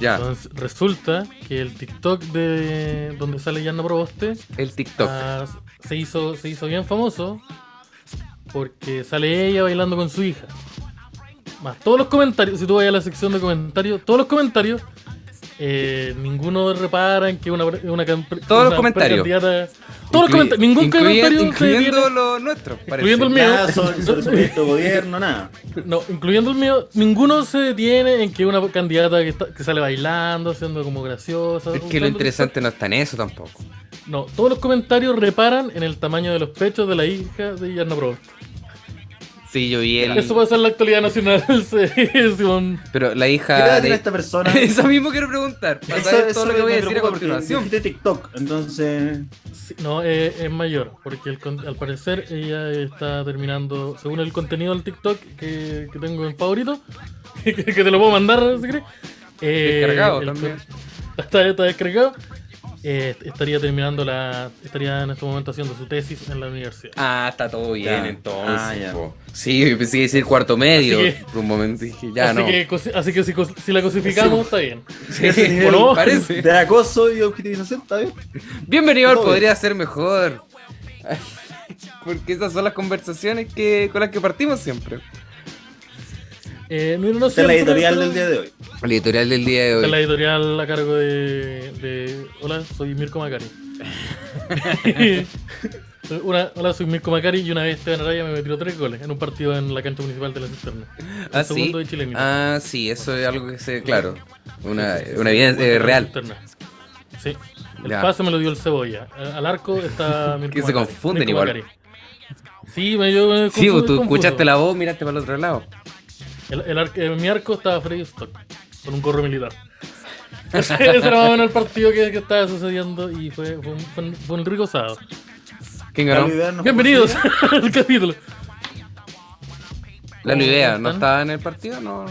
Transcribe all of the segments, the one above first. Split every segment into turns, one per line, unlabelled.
Ya.
Entonces, resulta que el TikTok de donde sale Yanna Proboste
el TikTok.
ah, se, hizo, se hizo bien famoso porque sale ella bailando con su hija. Más todos los comentarios, si tú vas a la sección de comentarios, todos los comentarios, eh, ninguno reparan que una, una cam-
Todos los
una
comentarios.
precandidata- todos los
Incluye-
comentarios, ningún
incluye-
comentario
Incluyendo
se
lo nuestro, parece.
Incluyendo el mío.
Nada sobre, sobre supuesto gobierno, nada.
detiene, no, incluyendo el mío, ninguno se detiene en que una candidata que, está- que sale bailando, haciendo como graciosa.
Es que lo
usando-
interesante no está en eso tampoco.
No, todos los comentarios reparan en el tamaño de los pechos de la hija de Yarna Proboste.
Sí, yo vi el...
Eso pasa en la actualidad nacional. sí, es un-
Pero la
¿Qué
hija...
edad
de-
tiene esta persona?
Ah, Eso mismo quiero preguntar. Para
Eso,
saber
eso
todo lo que voy a
me
decir a
preocupa porque
continuación.
dijiste TikTok, entonces.
sí, no, eh, es mayor, porque el con- al parecer ella está terminando, según el contenido del TikTok que, que tengo en favorito, que, que te lo puedo mandar si querés. eh,
Descargado
el
también.
con- Está, está descargado. eh, estaría terminando la. Estaría en este momento haciendo su tesis en la universidad.
Ah, está todo bien
Ya.
entonces.
Ah, ya.
po. Sí, yo pensé que decir cuarto medio.
Así que-
Por un momento dije, ya
así,
no.
que, cosi- así que si, cos- si la cosificamos, está bien.
Sí,
Ese nivel
no?
parece.
De acoso y objetivización, ¿está bien?
Bienvenido al
Todo
Podría Ser Mejor. Porque esas son las conversaciones que, con las que partimos siempre.
Eh, no, no
Esta es la
siempre,
editorial
pero-
del día de hoy.
El editorial del día de
Esta es la
hoy.
editorial a cargo de, de- Hola, soy Mirko Macari. Una- hola, soy Mirko Macari y una vez Esteban Araya me metió tres goles en un partido en la cancha municipal de la cisterna. El
Ah, sí.
segundo de Chile. mira.
Ah, sí, eso es algo que se. Claro. Una, una evidencia eh, real.
Cisterna. Sí. El
Ya.
pase me lo dio el cebolla. Al al arco está Mirko
Que se
Macari.
confunden
Mirko
igual.
Macari. Sí, me, yo
Sí,
me
pues,
confundo-
tú
confuso.
escuchaste la voz, miraste para el otro lado.
El, el arco- eh, mi arco estaba Freddy Stock con un gorro militar. Ese ese era más o menos el partido que, que estaba sucediendo y fue, fue, un, fue un- fue un rico sábado.
¿Quién ganó?
Carlos Vidal nos
Bienvenidos
confía.
al capítulo.
La idea, ¿no
¿Están?
estaba en el partido? No.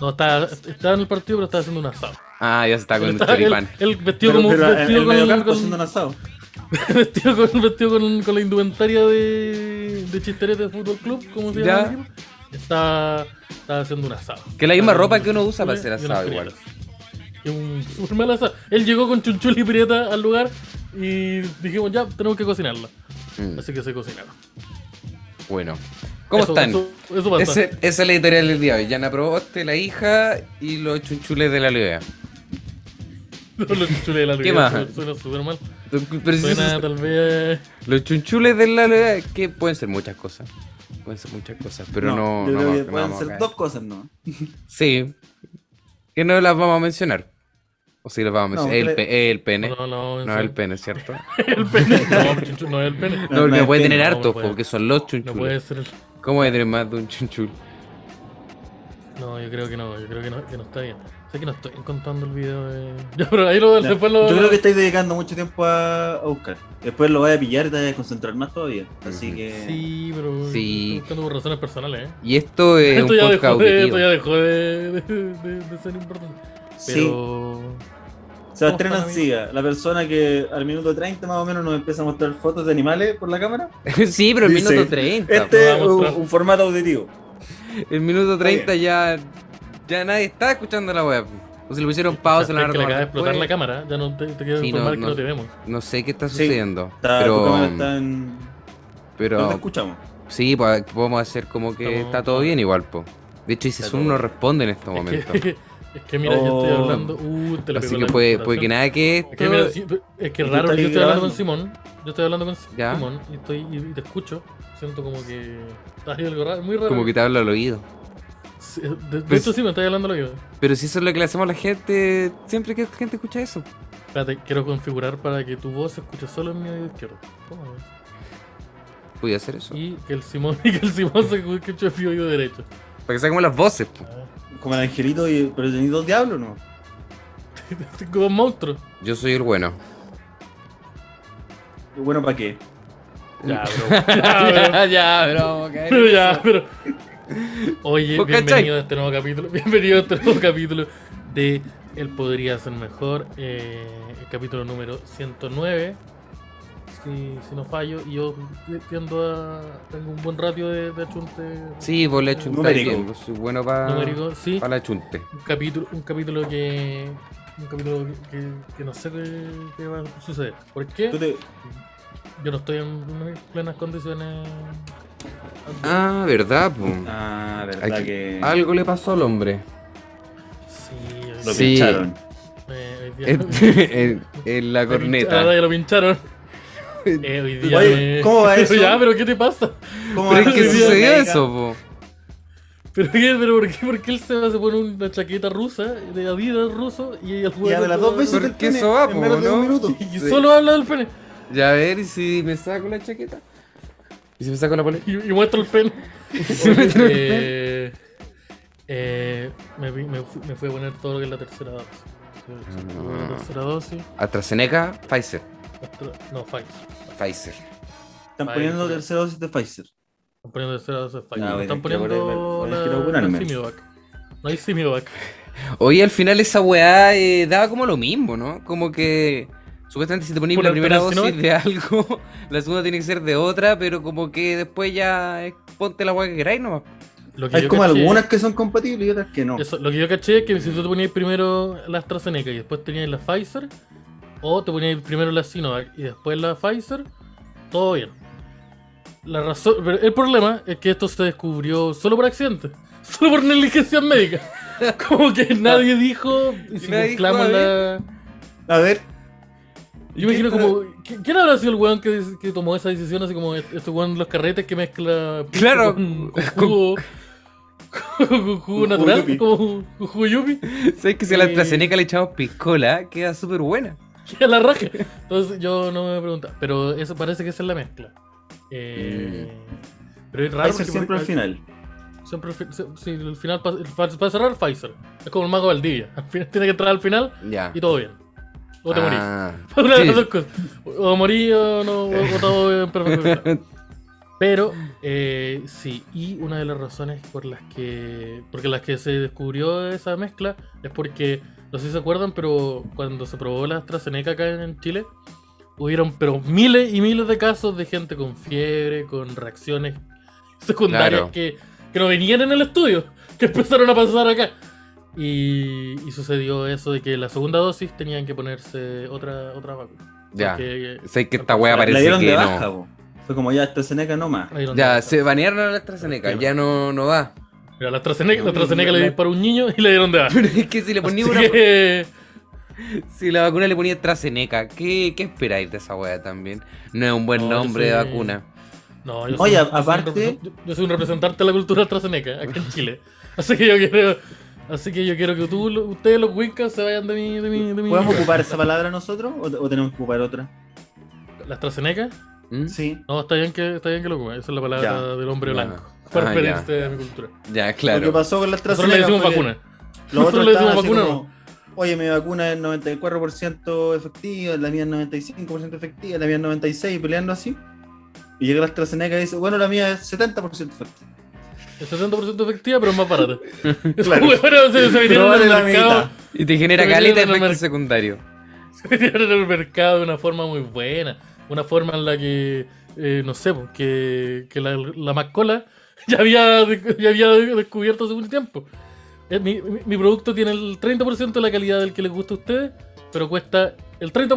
No, estaba, estaba en el partido, pero estaba haciendo un asado.
Ah, ya se estaba con un
Estaba él,
choripán.
él vestido
Pero,
como
pero en
vestido
el
con,
mediocampo
con-
haciendo un asado.
vestido con vestido con- con la indumentaria de, de chisterete de fútbol club, ¿cómo se
Ya.
llama? el equipo? Estaba, estaba haciendo un asado.
Que la misma
Estaba
ropa
haciendo
que uno
unas
usa para hacer
chunchules y unas
asado igual.
piretas. Y un súper mal asado. Él llegó con chunchul y pireta al lugar y dijimos ya, tenemos que cocinarla.
Mm,
Así que se cocinaron.
bueno. ¿Cómo
Eso-
están?
Eso, eso pasa.
Ese- Esa es la editorial del día de hoy. Yana Proboste, este, la hija y los chunchules de la Olivea.
Los chunchules de la
¿Qué
Navidad
más?
suena- Suena súper mal.
Pero si
Suena
eso-
tal vez.
los chunchules de la Olivea, que pueden ser muchas cosas. Pueden ser muchas cosas, pero no.
yo
no
creo
vamos-
que
no
pueden
vamos a
ser
caer.
dos cosas, ¿no?
Sí. Que no las vamos a mencionar. O sí las vamos a
No,
mencionar. el,
cre-
pe- el pene.
No,
No,
no,
el pene, ¿cierto?
el pene. No, chunchul, no el pene.
No, porque
no, el
puede
pene,
tener
no, no
hartos,
puede.
porque son los
No puede
chunchules.
ser. el-
¿Cómo voy a tener más de un chunchul?
No, yo creo que no, yo creo que no, que no está bien. Sé que no estoy encontrando el video de. Ya, pero ahí lo,
Ya.
después lo.
Yo
lo-
creo que estáis dedicando mucho tiempo a, a buscar. Después lo vais a pillar y te vas a concentrar más todavía. Así
Ujú.
que.
Sí, pero.
Sí.
estoy buscando por razones personales, ¿eh?
Y esto es
esto,
un
ya
podcast
dejó de,
auditivo.
esto ya dejó de, de, de- de ser importante.
Sí.
Pero.
Sebastián
¿Cómo están,
Ancilla, la persona que al minuto 30 más o menos nos empieza a mostrar fotos de animales por la cámara.
sí, pero el
Dice,
minuto 30.
nos
Este es
va a
un,
mostrar.
un formato auditivo.
El minuto
Está
30 ya, ya nadie está escuchando la web. O si le pusieron pausa,
Sebastián,
la van a
que le
retomar
acaba de explotar la
después.
cámara, ya no te, te quiero
Pues, Sí, no,
informar que
no.
no. te vemos.
No sé qué está
Sí,
sucediendo.
Está, tu
pero
cámara está en- No te
pero
escuchamos.
sí, pa- podemos hacer como que
Estamos-
está todo bien igual, po. De hecho, dice
Está
Zoom
todo
no
bien.
responde en este estos
Es
momentos.
que, es que mira, yo estoy
Oh.
hablando. Uh, te le
Así
pegó
que
la
puede, puede que
comparación.
nada que
Es que, mira,
esto-
sí, es que
Y tú
raro,
estás
yo estoy hablando
grabando.
con Simón. Yo estoy hablando con
Ya.
Simón y, estoy, y te escucho. Siento como que. Estás ahí algo raro, muy raro.
como que te habla al oído.
Sí, De, de
Pues-
hecho, sí, me estáis hablando lo que.
Pero si eso es lo que le hacemos a la gente, siempre que la gente escucha eso.
Espérate, quiero configurar para que tu voz se escuche solo en mi oído izquierdo. Toma, güey.
Voy a hacer eso.
Y que el Simón, y que el Simón se escuche en mi oído derecho.
Para que sacamos las voces, po.
Como el angelito, y- pero tenéis dos diablos, ¿no?
Tengo dos monstruos.
Yo soy el bueno.
Y Bueno, ¿para qué?
Ya, bro. Ah, Ya,
ya, pero vamos a caer
bro.
en
ya,
eso.
pero. Oye,
¿Vos cachai?
bienvenido a este nuevo capítulo. Bienvenido a este nuevo capítulo de El Podría Ser Mejor. eh, el capítulo número 109. si, si no fallo, y yo tiendo a. Tengo un buen ratio de, de achunte.
Sí, ah, vos le
Eh,
achuntáis
Numérico.
bien, vos sois bueno para
numérico, sí.
la chunte.
Un capítulo, un capítulo que. Un capítulo que, que- que no sé qué, qué va a suceder. ¿Por qué?
Tú te-
Yo no estoy en plenas condiciones.
Ah, verdad, po.
Ah, verdad
Aquí-
que
Algo le pasó al hombre.
Sí,
lo
Sí.
pincharon.
eh, hoy día-
en, en la
Me pincha- Ahora
corneta.
ya lo pincharon. Eh, hoy día
Oye,
me-
¿cómo va eso?
ya, pero ¿qué te pasa?
¿Cómo
Pero
va
es que
que
sí,
sucedió
América-
eso, po.
¿Pero, qué? ¿Pero por, qué, por qué él se, va- se pone una chaqueta rusa de Adidas ruso y el
Ya de las dos veces
Porque
del pene,
eso va,
en
po,
menos de
¿no?
un minuto.
Y solo habla del pene.
Ya a ver ¿y si me saco la chaqueta. ¿Y si me saco la polera?
Y, y muestra el pene. Oye, eh, eh, me, vi- me fui, me fui a poner todo lo que es la tercera dosis.
Ah.
La tercera dosis.
AstraZeneca, Pfizer.
Astra- No, Pfizer.
Pfizer.
Están poniendo tercera dosis de Pfizer.
Están poniendo tercera dosis de Pfizer.
Ah,
No,
voy a
están
tener que
poniendo
ponerme- voy a tener que
la, la
vacunarme.
Simiovac. No hay Simiovac.
Oye, al final esa weá eh, daba como lo mismo, ¿no? Como que supuestamente si te pones
Por
la
el
primera
Peracinovac.
dosis de algo, la segunda tiene que ser de otra, pero como que después ya eh, ponte la weá que queráis nomás.
Lo que
Hay
yo
como
caché-
algunas que son compatibles y otras que no.
Eso, lo que yo caché es que si tú te ponías primero la AstraZeneca y después tenías la Pfizer, o te ponías primero la Sinovac y después la Pfizer, todo bien. La razón, pero el problema es que esto se descubrió solo por accidente, solo por negligencia médica. Como que nadie dijo y si
Nadie dijo, ¿eh?
mezclamos
a
la.
A ver,
Yo imagino
¿Qué-
como. ¿qui- ¿Quién habrá sido el weón que, que tomó esa decisión? Así como este este weón de los carretes que mezcla. pisco
Claro,
Con, con jugo. Con jugo
jugo
natural,
yupi.
como con jugo yupi.
¿Sabes que si a la
Eh.
AstraZeneca le echamos piscola, queda súper buena?
que a la raja. Entonces yo no me voy a preguntar. Pero eso parece que esa es la mezcla. Eh, Pero es raro.
Pfizer
porque-
siempre al final.
Siempre al fi- si- si el final pa- el fa- para cerrar, Pfizer. Es como el mago Valdivia. Al final tiene que entrar al final
Ya.
y todo bien. O te morís.
Ah,
Una de
sí.
las dos cosas. O o morí o no. O, o todo en perfecto. Pero, eh, sí, y una de las razones por las que. Porque las que se descubrió esa mezcla es porque, no sé si se acuerdan, pero cuando se probó la AstraZeneca acá en- en Chile, hubieron pero miles y miles de casos de gente con fiebre, con reacciones secundarias
Claro.
que, que no venían en el estudio, que empezaron a pasar acá. Y, y sucedió eso de que la segunda dosis tenían que ponerse otra, otra vacuna.
ya.
Porque-
Sé que esta weá
La- la
parece
la dieron
que
de
no.
baja, po. Fue como ya AstraZeneca no más.
ahí donde
Ya,
está.
se banearon a la AstraZeneca, ya no, no va.
Mira, la AstraZeneca, la AstraZeneca
La-
le disparó a un niño y le dieron de baja.
Pero es que si le ponía
Así
Pues una,
que-
si la vacuna le ponía AstraZeneca, ¿qué, qué esperáis de esa weá también? No es un buen
No, yo
nombre de
soy-
vacuna.
No, yo
Oye,
soy, yo soy un
aparte-
represent- Yo, yo soy un representante de la cultura AstraZeneca acá en Chile. Así que yo quiero. Así que yo quiero que tú, lo- ustedes, los Wincas, se vayan de mi. De mi, de mi
¿Podemos ocupar esa palabra nosotros o, o tenemos que ocupar otra?
¿La AstraZeneca?
¿Mm?
Sí.
No, está bien que, está bien que lo ocupen. Esa es la palabra
Ya.
del hombre
Ya.
blanco. Para
Ah,
referirse a mi cultura.
Ya,
Lo que
claro.
pasó con la
Nosotros le
AstraZeneca.
decimos
fue que
vacuna.
Los
Nosotros
otros
le decimos
estaban así
vacuna,
como, Oye, mi vacuna es 94% efectiva, la mía es 95% efectiva, la mía es 96% y peleando así. Y llega la AstraZeneca y dice, bueno, la mía es 70% efectiva.
Es 60% efectiva, pero es más barata.
Claro.
Bueno, se, se
Pero
metieron en
vale
el
la
mercado.
mitad.
Y te genera
Lo que
caleta de
tiene
efecto
nombre-
secundario.
se metieron en el mercado de una forma muy buena. Una forma en la que, eh, no sé, pues, que, que la, la Macola ya había, de- ya había descubierto hace un tiempo. Eh, Mi, mi- mi producto tiene el 30% de la calidad del que les gusta a ustedes, pero cuesta el 30%.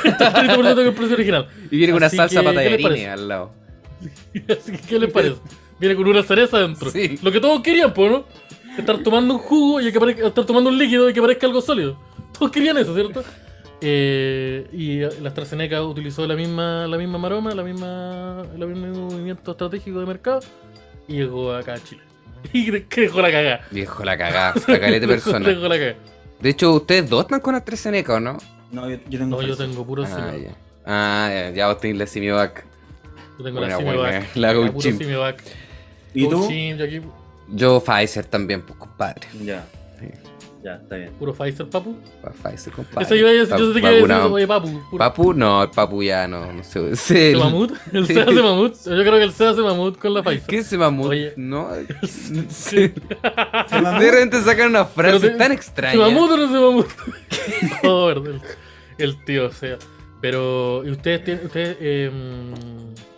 Cuesta el 30% del precio original.
Y viene con una
Así
salsa
que, ¿qué les
patallarini
parece?
al lado.
Así que, ¿qué les parece? Viene con una cereza adentro.
Sí.
Lo que todos querían, pues, ¿no? Estar tomando un jugo y que parezca, estar tomando un líquido y que parezca algo sólido. Todos querían eso, ¿cierto? Eh, y la AstraZeneca utilizó la misma, la misma maroma, la misma, el mismo movimiento estratégico de mercado y llegó acá a Chile. Y de- que dejó la cagada.
Viejo, la cagá. La caleta de persona.
Dejó la cagada.
De hecho, ustedes dos están con AstraZeneca, ¿o no?
No, yo, yo tengo.
No, yo
Pfizer.
tengo puro
Ah,
Simivac.
ya. Ah, ya, ya vos tenés la Simiovac.
Yo tengo
Buena,
la
buena.
Simivac.
La
puro
Gauchim.
Simivac.
¿Y tú?
Gauchim, yo aquí
Yo Pfizer también, pues, compadre.
Ya.
Sí.
Ya, está bien.
puro Pfizer, papu.
Pa- Pfizer, compadre.
Eso iba a decir,
Está
yo sé que iba a decir,
vacunado.
oye, papu. puro-
Papu, no, el papu ya no. no sé, se-
¿El mamut? ¿El
Sí.
se hace mamut? Yo creo que el se hace mamut con la Pfizer.
¿Qué se mamut?
Oye.
No. se-
Sí.
De repente sacan una frase
Pero te-
tan
¿Se
extraña.
mamut o no se mamut? Oh, verdad, el, el tío, o sea. Pero, ¿y ustedes, tienen- ustedes eh,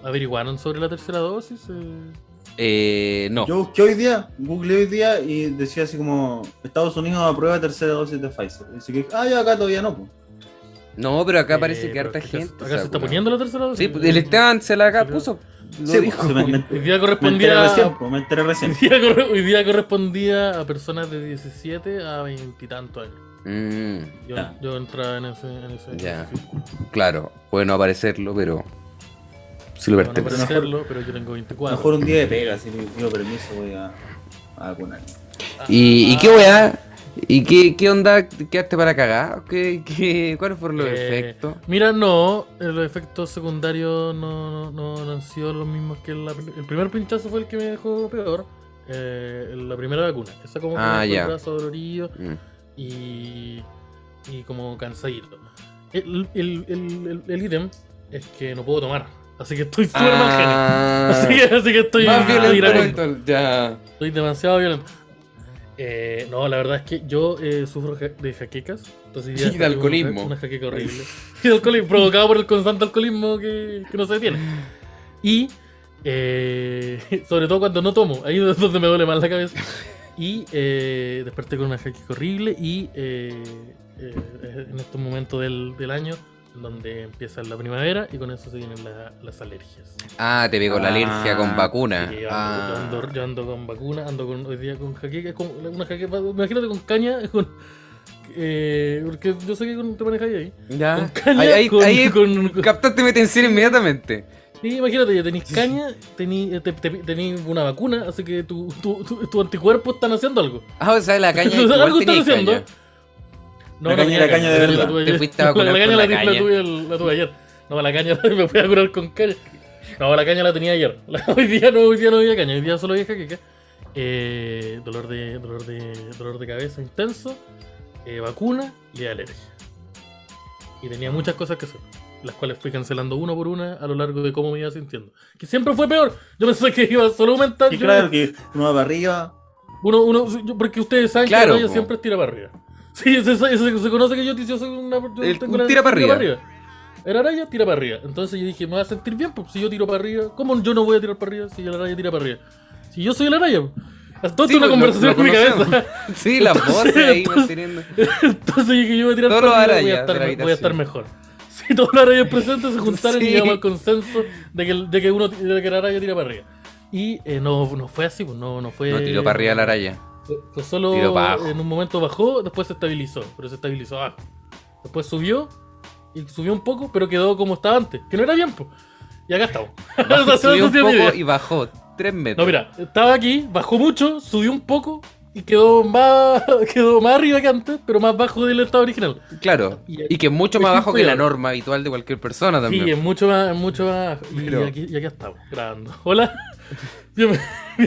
averiguaron sobre la tercera dosis? Eh,
Eh, no.
Yo busqué hoy día, googleé hoy día y decía así como Estados Unidos aprueba tercera dosis de Pfizer. Y así que, ah, ya acá todavía no. po.
No, pero acá
eh,
parece que
pero
harta
acá se-
gente.
Acá se está
vacuna.
poniendo la tercera dosis.
Sí, pues, el Esteban se la acá
Sí,
puso. Lo
Sí,
dijo.
pues, me, me-
Hoy día
me enteré
correspondía.
recién, po, me enteré recién.
Hoy día, corre- hoy día correspondía a personas de 17 a 20 y tantos años.
Mm,
Yo,
Ya.
yo entraba en ese. En ese
Ya.
ese círculo.
claro, puede no aparecerlo, pero. Sí lo
Bueno,
pertenece.
para
mejor-
hacerlo, pero yo tengo 24.
Mejor un día de pega, si me pido permiso voy a, a vacunar.
¿Y, y qué
Ah,
weá? ¿Y qué, qué onda? ¿Quedaste para cagar? ¿Qué, qué, ¿Cuáles fueron los
eh,
efectos?
Mira, no, eh, los efectos secundarios no, no- no- no han sido los mismos que la, prim- el primer pinchazo fue el que me dejó peor. eh, la primera vacuna. Esa como que
Ah,
me dejó
ya.
el brazo dolorido
Mm.
y, y como cansadito. El el- el- el- el ítem es que no puedo tomar. Así que estoy súper mal genio.
Ah,
Así que, así que estoy,
más
estoy
violento
iracundo.
que todo, Ya.
Soy demasiado violento. Eh, no, la verdad es que yo eh, sufro ja- de jaquecas. Entonces, hoy día
Y de
tengo
alcoholismo.
Una, una jaqueca horrible. y de alcoholismo, provocado por el constante alcoholismo que, que no se detiene. Y eh, sobre todo cuando no tomo, ahí es donde me duele más la cabeza. Y eh, desperté con una jaqueca horrible. Y eh, eh, en estos momentos del, del año, donde empieza la primavera, y con eso se vienen la- las alergias.
Ah, te pegó la
Ah,
alergia con vacuna.
Sí, yo,
Ah.
ando, yo ando- yo ando con vacuna, ando con, hoy día con jaqueca, es como una jaqueca, imagínate con caña, con, eh, porque yo sé que con, te manejas ahí.
Ya.
Con caña,
Ah, Ahí, ahí,
con,
ahí
con- con-
captaste mi atención inmediatamente.
sí, imagínate, ya tenéis caña, tenéis eh, te- te- tenéis una vacuna, así que tu, tu, tu, tu anticuerpo están haciendo algo.
Ah, o sea, la caña.
Algo
igual
están
tenía
haciendo.
caña.
La caña era caña de
yo
verdad.
tuve
Te
ayer.
fuiste a vacunar con
la caña
la
la, la
caña.
tuve, el- la tuve ayer. No, la caña me fui a curar con caña. No, la caña la tenía ayer. La- hoy día no, hoy día no había caña, hoy día solo había jaqueca. Eh, dolor de dolor de dolor de cabeza intenso, eh, vacuna y alergia. Y tenía muchas cosas que hacer, las cuales fui cancelando una por una a lo largo de cómo me iba sintiendo. Que siempre fue peor. Yo pensé que iba solo a aumentar.
Y
yo-
claro que uno va para arriba.
uno, uno, yo- porque ustedes saben
Claro,
que la raya
po.
siempre tira para arriba. Sí, se, se- se- se conoce que yo, yo soy una. yo
El-
tengo
un
la-
tira para
Era raya, tira para arriba. Entonces yo dije, me va a sentir bien, pues si yo tiro para arriba. ¿Cómo yo no voy a tirar para arriba si la raya tira para arriba? Si yo soy la raya. po. Hasta toda
Sí,
una
lo-
conversación
lo
en mi
conocemos.
cabeza.
Sí, las
Entonces,
voces ahí
entonces-
manteniendo.
Entonces yo dije, yo voy a tirar
Todo lo
para arriba,
hará
voy
ya,
a,
de
estar,
la
me- voy a estar
habitación.
mejor. Si todos los rayas presentes se juntaron y
Sí.
llegamos al consenso de que, el- de que uno de que la raya tira para arriba. Y eh, no, no fue así, pues no, no fue.
No tiró para
Eh,
arriba la araña.
Fue- fue solo
Tiró pa' abajo.
en un momento bajó, después se estabilizó, pero se estabilizó abajo. Después subió, y subió un poco, pero quedó como estaba antes, que no era bien, po. Y acá estamos. Esa- esa-
Subió
esa
un
sí es mi idea.
poco y bajó tres
No,
metros.
mira, estaba aquí, bajó mucho, subió un poco y quedó más, quedó más arriba que antes, pero más bajo del estado original.
Claro.
Y-
Y que es mucho
es
más
que
bajo que
fue-
la norma habitual de cualquier persona también.
Sí, es mucho más, es mucho más. Y,
Pero-
aquí, y acá estamos, grabando. Hola. Bien-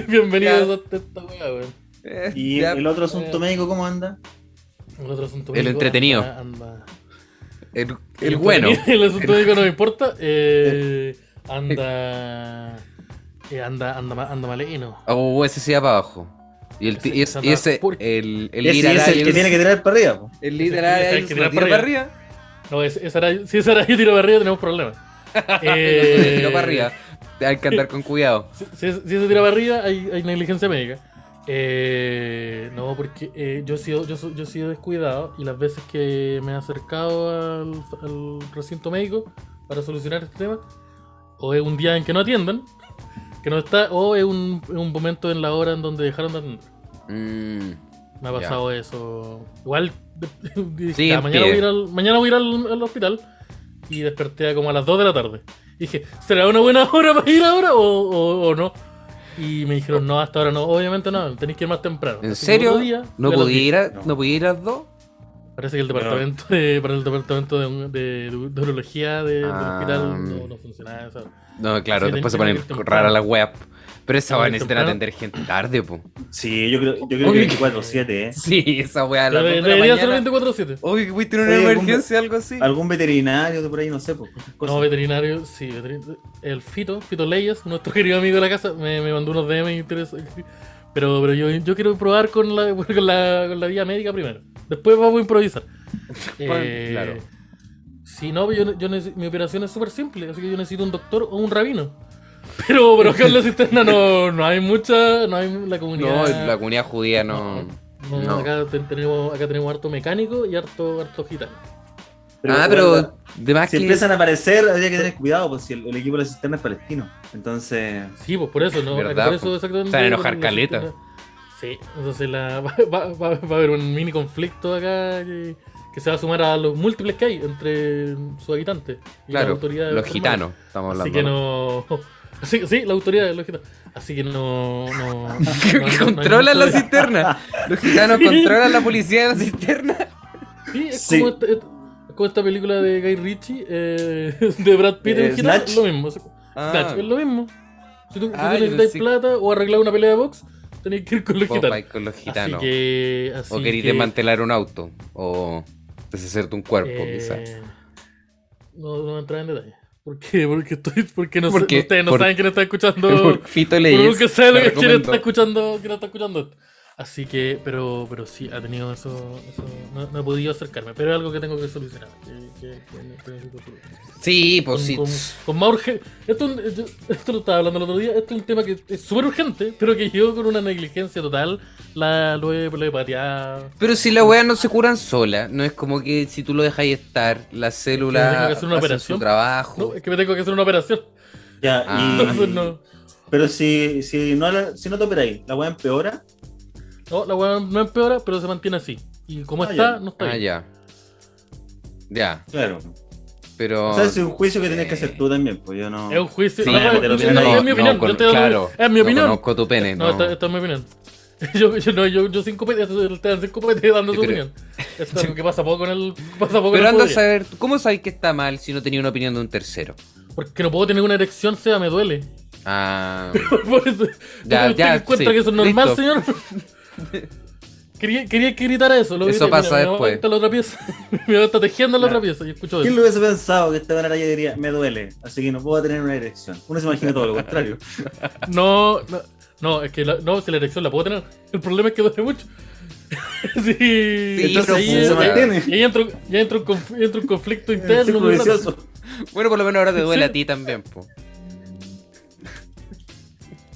bienvenidos a esta weá, weón.
Eh,
¿Y
ya, eh,
el otro asunto médico cómo anda?
El otro asunto
El
médico
entretenido.
anda- anda-
el, el bueno.
El asunto médico no me importa. eh, anda. eh, anda, anda, ma- anda maleno.
Oh, ese sí va para abajo. Y, el, ti-
Ese
y es-
está
y ese,
por-
el, el
Ese
líder
es el que
Arias-
tiene que tirar para arriba. po.
el
Ese-
líder
ese hay
Arias
que
lo
tirar
tiró
para
para arriba.
No, es- esa era- si esa era yo tiro para arriba, tenemos problemas.
Lo
Eh,
tiró para arriba. Hay que andar con cuidado.
Si, si si se tira para arriba, hay, hay negligencia médica. Eh, no, porque eh, yo, he sido, yo, so- yo he sido descuidado y las veces que me he acercado al, al recinto médico para solucionar este tema, o es un día en que no atienden, que no está, o es un, es un momento en la hora en donde dejaron de atender.
Mm,
Me ha
Ya.
pasado eso. Igual, dije,
Sí,
"Ya, mañana, voy a
pie.
ir al, mañana voy a ir al, al hospital. Y desperté a como a las 2 de la tarde. Dije, ¿será una buena hora para ir ahora o, o- o no? Y me dijeron, no, hasta ahora no. Obviamente no, tenéis que ir más temprano.
¿En
Así que
serio?
otro día,
¿No
fui a las
podía,
10.
ir a,
no.
¿No podía ir a las dos?
Parece que el departamento de, para el departamento de, de, de urología de- del
Ah.
hospital no, no funcionaba. esa hora.
No, claro,
Sí,
después se
tenés
ponen
que ir temprano.
rara la web. Pero esa
Tenés
weá
que ir
necesitan
temprano.
atender gente tarde, po.
Sí, yo creo, yo creo que
Oye.
24-7, ¿eh?
Sí, esa weá a las
Debe-
dos de la
Debería ser
mañana.
24-7.
Oye, que tener una
Oye, algún-
emergencia algo así.
Algún veterinario de por ahí, no sé. po, esas cosas.
No, veterinario, sí, veterin- el Fito, Fito Leyes, nuestro querido amigo de la casa, me, me mandó unos DM interesantes. Pero, pero yo, yo quiero probar con la, con, la, con la vía médica primero. Después vamos a improvisar.
Bueno, claro.
Eh, Si no, yo, yo neces- mi operación es súper simple, así que yo necesito un doctor o un rabino. Pero, pero acá en la cisterna no, no hay mucha, no hay la
No,
comunidad.
la comunidad judía no.
no,
no.
Acá, ten- tenemos, acá tenemos harto mecánico y harto, harto gitano.
ah,
bueno,
pero de más
Si
que.
empiezan a aparecer, habría que tener cuidado, pues si el, el equipo de la cisterna es palestino. Entonces,
Sí, pues por eso, ¿no?
¿Verdad,
por
po?
eso exactamente.
Se van a enojar
la
caleta.
cisterna- Sí, entonces la, va, va- va- va a haber un mini conflicto acá que, que se va a sumar a los múltiples que hay entre sus habitantes. y las
Claro,
autoridades
los
formales.
gitanos, estamos hablando.
Así que
¿no?
no. Sí, sí, la autoridad de los gitanos. Así que no. no, no-
que
no hay
controlan la
mucho-
cisterna. Los gitanos
Sí.
controlan la policía de la cisterna.
Sí, es
Sí.
como esta, es como esta película de Guy Ritchie, eh, de Brad Pitt,
Eh,
el gitano,
Snatch.
es lo mismo. es- Snatch, es
Ah,
lo mismo. Si tú, si tú
Ah, yo
necesitas
pensé-
plata o arreglar una pelea de box, tenés que ir con los
vos
gitanos.
vais con los
Así
gitanos.
que. Así
o queréis
que,
desmantelar un auto. O deshacerte un cuerpo,
eh,
quizás.
No, no voy a entrar en detalle. ¿Por qué? Porque, estoy, porque no sé-
Porque-
ustedes no
por-
saben quién está escuchando.
Por Fito
Pero
Leyes.
nunca sabe lo
la
que quién
recomendó.
está escuchando, quién está escuchando esto. Así que, pero, pero sí, ha tenido eso, eso- no, no he podido acercarme, pero es algo que tengo que solucionar. que- que- que- que necesito solucionar.
Sí, pues
Con,
sí.
con- con más urgencia. Esto, es un- yo- esto lo estaba hablando el otro día, esto es un tema que es súper urgente, pero que yo con una negligencia total la lo he, lo he pateado.
Pero si las weas no se curan sola, no es como que si tú lo dejas ahí estar, las
Que tenga
células
que hacer una
hacen
operación.
su trabajo.
No, es que me tengo que hacer una operación.
ya.
Ah.
y-
Entonces no.
Pero si, si, no, la- si no te operáis, la weá empeora.
No, la weá no empeora, pero se mantiene así. Y como
Ah,
está,
ya.
no está
Ah,
bien.
ya. Ya,
Claro.
pero.
o sea, es un juicio que tienes que hacer tú también, pues yo no.
Es un juicio.
Sí,
la weá-
te lo opinan.
es mi
no,
opinión.
con-
yo te lo-
claro,
es mi
no
opinión.
conozco tu pene,
No,
no.
Esta, esta es mi opinión. Yo, yo, no, yo, yo sin copete, te dan cinco copetes dando
Sí,
tu
pero-
opinión. Esto es lo que pasa poco en el. Pasa poco en
Pero
el
anda a
poder.
saber, ¿cómo sabes que está mal si no tenía una opinión de un tercero?
Porque no puedo tener una erección, sea, me duele.
Ah,
Por eso.
Ya,
Ya, ¿Usted
ya,
encuentra
sí.
que eso es normal,
Listo.
señor? Quería, quería que gritara eso. Lo
Eso
grité.
pasa
mi mamá
después.
está en la otra pieza. Mi mamá está tejiendo en la
Claro.
otra pieza y escucho
¿Quién
eso.
lo
Pues,
hubiese pensado que esta ganara yo diría, me duele, así que no puedo tener una erección? Uno se imagina todo lo contrario.
No, no, no, es que la, no, si la erección la puedo tener. El problema es que duele mucho. sí.
pero pues,
Entonces
sí,
se
ya.
mantiene.
Y ahí entro, ya entro, en conf- entra un conflicto
El
interno.
círculo
pues,
muy raro.
vicioso.
bueno, por lo menos ahora te duele
Sí.
a ti también, po.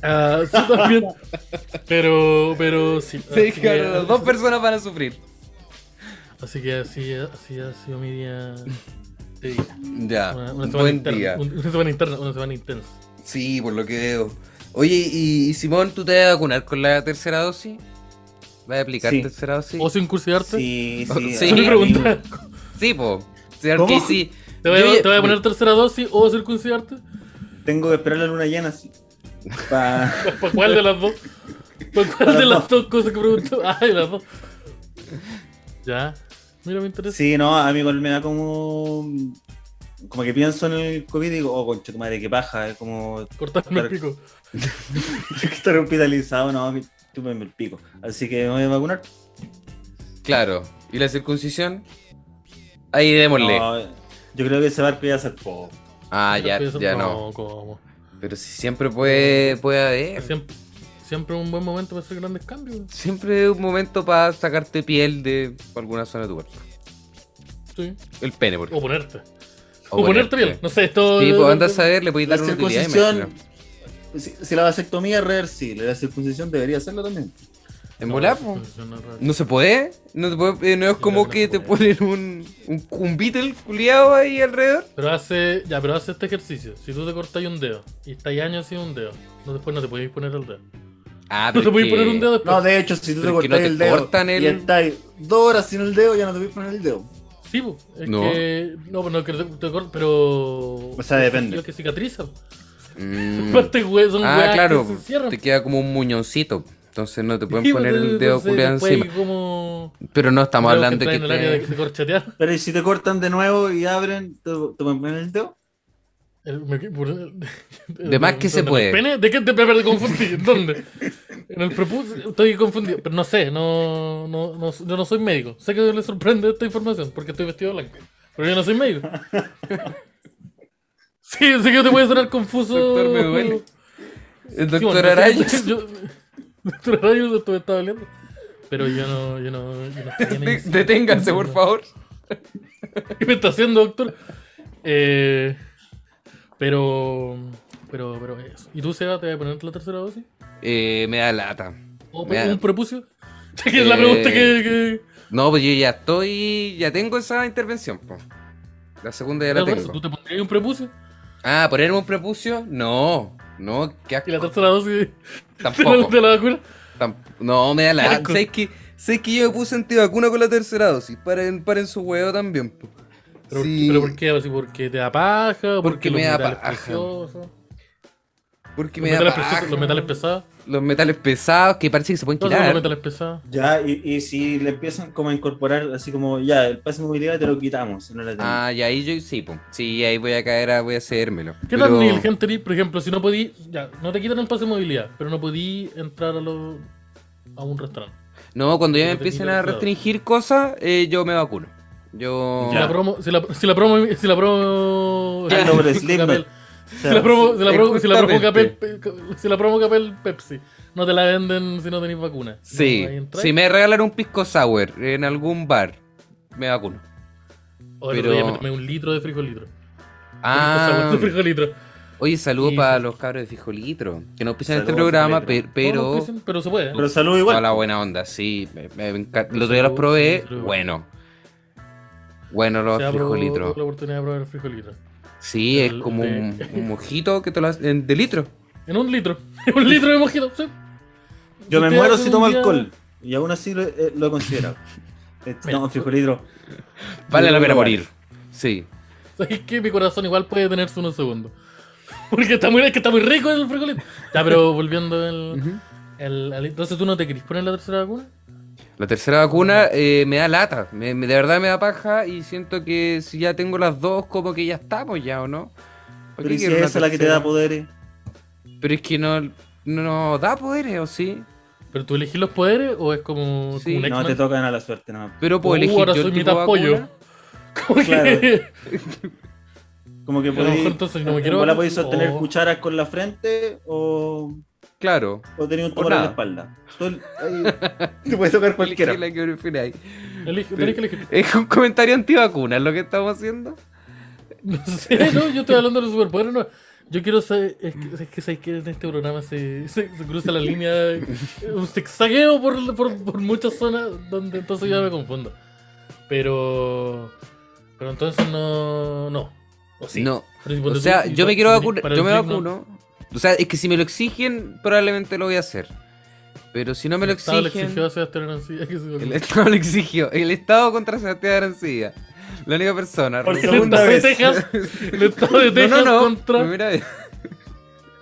Ah, sí, también. Pero, pero sí.
Sí,
así
claro,
que-
las dos personas van a sufrir.
Así que así, así ha sido mi día. de día.
Ya, Ah,
Una, una
un
semana
buen
interna,
día.
un- Una semana interna, una semana intensa.
Sí, por lo que veo. Oye, y, y Simón, ¿tú te vas a vacunar con la tercera dosis? ¿Vas a aplicar
Sí.
tercera dosis?
¿O sin cursiarte?
Sí, sí.
Sí.
Esa es mi
Sí,
pregunta.
Sí, po. Sí,
¿Cómo?
que sí.
¿Te voy, a,
Yo ya-
te voy a poner tercera dosis o circuncidarte?
Tengo que esperar la luna llena, sí. Pa-
¿Para cuál de las dos? ¿Para cuál
Para
de las
las
dos cosas que pregunto? Ay, las dos. Ya. Mira, me interesa.
Sí, no, a mí igual me da como. Como que pienso en el COVID y digo, oh, concha tu madre, qué paja, es como
Cortarme el
Claro.
pico.
estar hospitalizado, no, me- tú me me el pico. Así que me voy a vacunar.
Claro. ¿Y la circuncisión? Ahí démosle.
No, yo creo que ese barco ya se poco.
ah, ya,
Pienso-
ya no.
¿cómo?
Pero si siempre puede, puede haber. Siempre,
Siempre, siempre un buen momento para hacer grandes cambios.
es un momento para sacarte piel de alguna zona de tu cuerpo.
Sí.
El pene, por
O
ejemplo.
ponerte. O, ponerte bien. No sé, esto.
Sí, pues anda a saber, le podéis
La
dar una utilidad,
circuncisión.
imagino.
Si, si la vasectomía es reversible, la circuncisión debería hacerlo también.
En volar,
No,
po.
eso no es raro.
pues. No se puede. No, se puede, eh, no es
Yo
como
creo
que
que
te
no se
ponen un, un, un Beatle culiado ahí alrededor.
Pero hace. Ya, pero hace este ejercicio. Si tú te cortas un dedo y estás años sin un dedo, no, después no te podéis poner el dedo.
Ah,
No te podéis
porque-
poner un dedo después.
No, de hecho, si tú te
Pero es que no
cortas
te
el dedo
cortan el-
y estás dos horas sin el dedo, ya no te puedes poner el dedo.
Sí, po, es
No.
que. No, pues no, que te, te cort- pero. O
sea, depende.
que cicatriza. po.
Mm.
Aparte, güey, son
Ah,
weas
claro,
que se cierran.
te queda como un muñoncito. Entonces no te pueden
Sí, po,
poner el
entonces,
dedo culiado
después
encima.
hay como.
Pero no estamos
creo
hablando
entra
que.
en el área de,
te-
de corchetear.
Pero ¿y si te cortan de nuevo y abren, te, te pueden poner el dedo.
El- me- por- el-
De más que se
¿dónde?
puede.
¿En el pene? ¿De qué te me confundí? ¿Dónde? En el prepucio. Estoy confundido. Pero no sé, no, no, no- yo no soy médico. Sé que les sorprende esta información porque estoy vestido de blanco. Pero yo no soy médico. Sí, sé que te puede sonar confuso.
Doctor, me duele. El
Sí,
doctor
bueno, no sé,
Arayas.
yo- Doctor Arayos, esto me está doliendo. Pero yo no, yo no, yo no estoy en
De-
eso.
Deténganse, por favor.
¿Qué me está haciendo, doctor? Eh, pero, pero, pero eso. ¿Y tú, Seba, te vas a poner la tercera dosis?
Eh, me da lata.
¿O
Me da-
un prepucio? Que es la
Eh,
pregunta que... que-
No, pues yo ya estoy. Ya tengo esa intervención. po. La segunda ya la
Claro, ¿Tú
tengo.
te pondrías un prepucio?
Ah, ponerme un prepucio. No. No, qué
Y la
asco.
tercera dosis de la,
Tampoco.
de la vacuna.
Tamp- No, me da
Qué
la.
asco.
¿Sabes que, ¿Sabes que yo me puse antivacuna con la tercera dosis? Paren, paren su huevo también. po.
¿Pero,
Sí,
pero por qué? Así, ¿Porque te da paja? ¿Porque,
Porque
los
me da
metales
paja.
preciosos?
Porque
Los
me da
metales,
paja.
preciosos, los metales pesados.
Los metales pesados que parece que se pueden
Entonces, los
quitar.
metales pesados.
Ya, y, y si le empiezan como a incorporar, así como, ya, el pase de movilidad te lo quitamos. No la tenemos.
Ah, y ahí yo sí, po. Sí, ahí voy a caer, a, voy a hacérmelo.
¿Qué
Pero-
tan negligente eres? Por ejemplo, si no podí, ya, no te quitan el pase de movilidad, pero no podí entrar a, los- a un restaurante.
No, cuando ya me
Pero te
empiecen
quita
a
el lado.
restringir cosas, eh, yo me vacuno. Yo.
Si la promo, si la, si la promo, si la promo,
Ya, no, pero
Capel,
Slipknot. O sea,
si la promo, si la promo, si la promo
Exactamente.
Capel, pe- si la promo Capel Pepsi, no te la venden si no tenés vacuna.
Sí,
No, ahí entras.
si me regalan un pisco sour en algún bar, me vacuno.
O "Oh, el
pero-
otro día méteme un litro de frijolitro.
Ah,
Un frijolitro.
oye, saludos
Sí,
para
sí.
los cabros de Fijolitro, que no pisan este
Saludos,
programa, pe-
Fijolitro.
pero...
No, no, pero se puede. ¿eh?
Pero salud igual.
Toda la buena onda, sí. Me, me encanta. El
Saludos,
otro día los probé,
Fijolitro.
bueno. Bueno, los
Se ha probado-
Frijolitro.
tuve la oportunidad de probar el frijolitro.
Sí, es
el-
como
de-
un, un mojito que te lo hacen de litro.
En un litro. En un litro de mojito. sí.
Yo me
Ustedes
muero
hacen
si
un
tomo
día-
alcohol. Y aún así lo, eh, lo he considerado. Eh,
Mira.
No, frijolito.
Vale la
Yo
pena
lo-
morir. Sí.
¿Sabes qué? Mi corazón igual puede detenerse unos segundos. Porque está muy, es que está muy rico el frijolito. Ya, pero volviendo al.
Ujú.
al- al- entonces, ¿tú no te querés poner la tercera vacuna?
La tercera vacuna eh, me da lata, me- me- de verdad me da paja y siento que si ya tengo las dos, como que ya estamos ya, ¿o no? ¿Por
Pero
qué
¿y si
quiero
es
una
esa la que te
tercera?
da poderes.
Pero es que no, no da poderes, ¿o sí?
¿Pero tú elegís los poderes o es como,
Sí,
como un
No, te
X-Men?
tocan a la suerte nomás.
Pero puedo
Uh,
elegir
ahora
yo
soy
el tipo
mitad
de
pollo.
vacuna.
Como que-
Claro. Como que
A lo
podéis.
mejor entonces no me
en
quiero- Oh.
bola podéis sostener
o-
cucharas con la frente o,
Claro.
o tener un
O
tumor en la
nada.
espalda. Tú- ahí- te puede tocar cualquiera.
Elegí la que prefiráis.
Elige- tenés que elegir.
Es un comentario antivacuna, es lo que estamos haciendo.
No sé, Eh, no, yo estoy hablando de los superpoderes. No. Yo quiero saber. Es que, es que sabes que en este programa se, se- se cruza la línea. eh, Un zigzagueo por, por, por muchas zonas donde entonces yo me confundo. Pero. Pero entonces no. No. O sí.
No.
Pero si
O
ponte
sea,
tú-
yo me
tú-
quiero
tú-
vacunar.
para
Yo
el
me
gym, ¿no?
vacuno. O sea, es que si me lo exigen, probablemente lo voy a hacer. Pero si no me lo
El Estado le
exigen.
exigió a Sebastián Arancibia que se
El
vacune.
Estado lo exigió. El Estado contra Sebastián Arancibia. La única persona.
Por
El
Rusia.
segunda
Estado de
vez.
Texas. El Estado de
No, no,
Texas
no.
contra
Primera vez.
el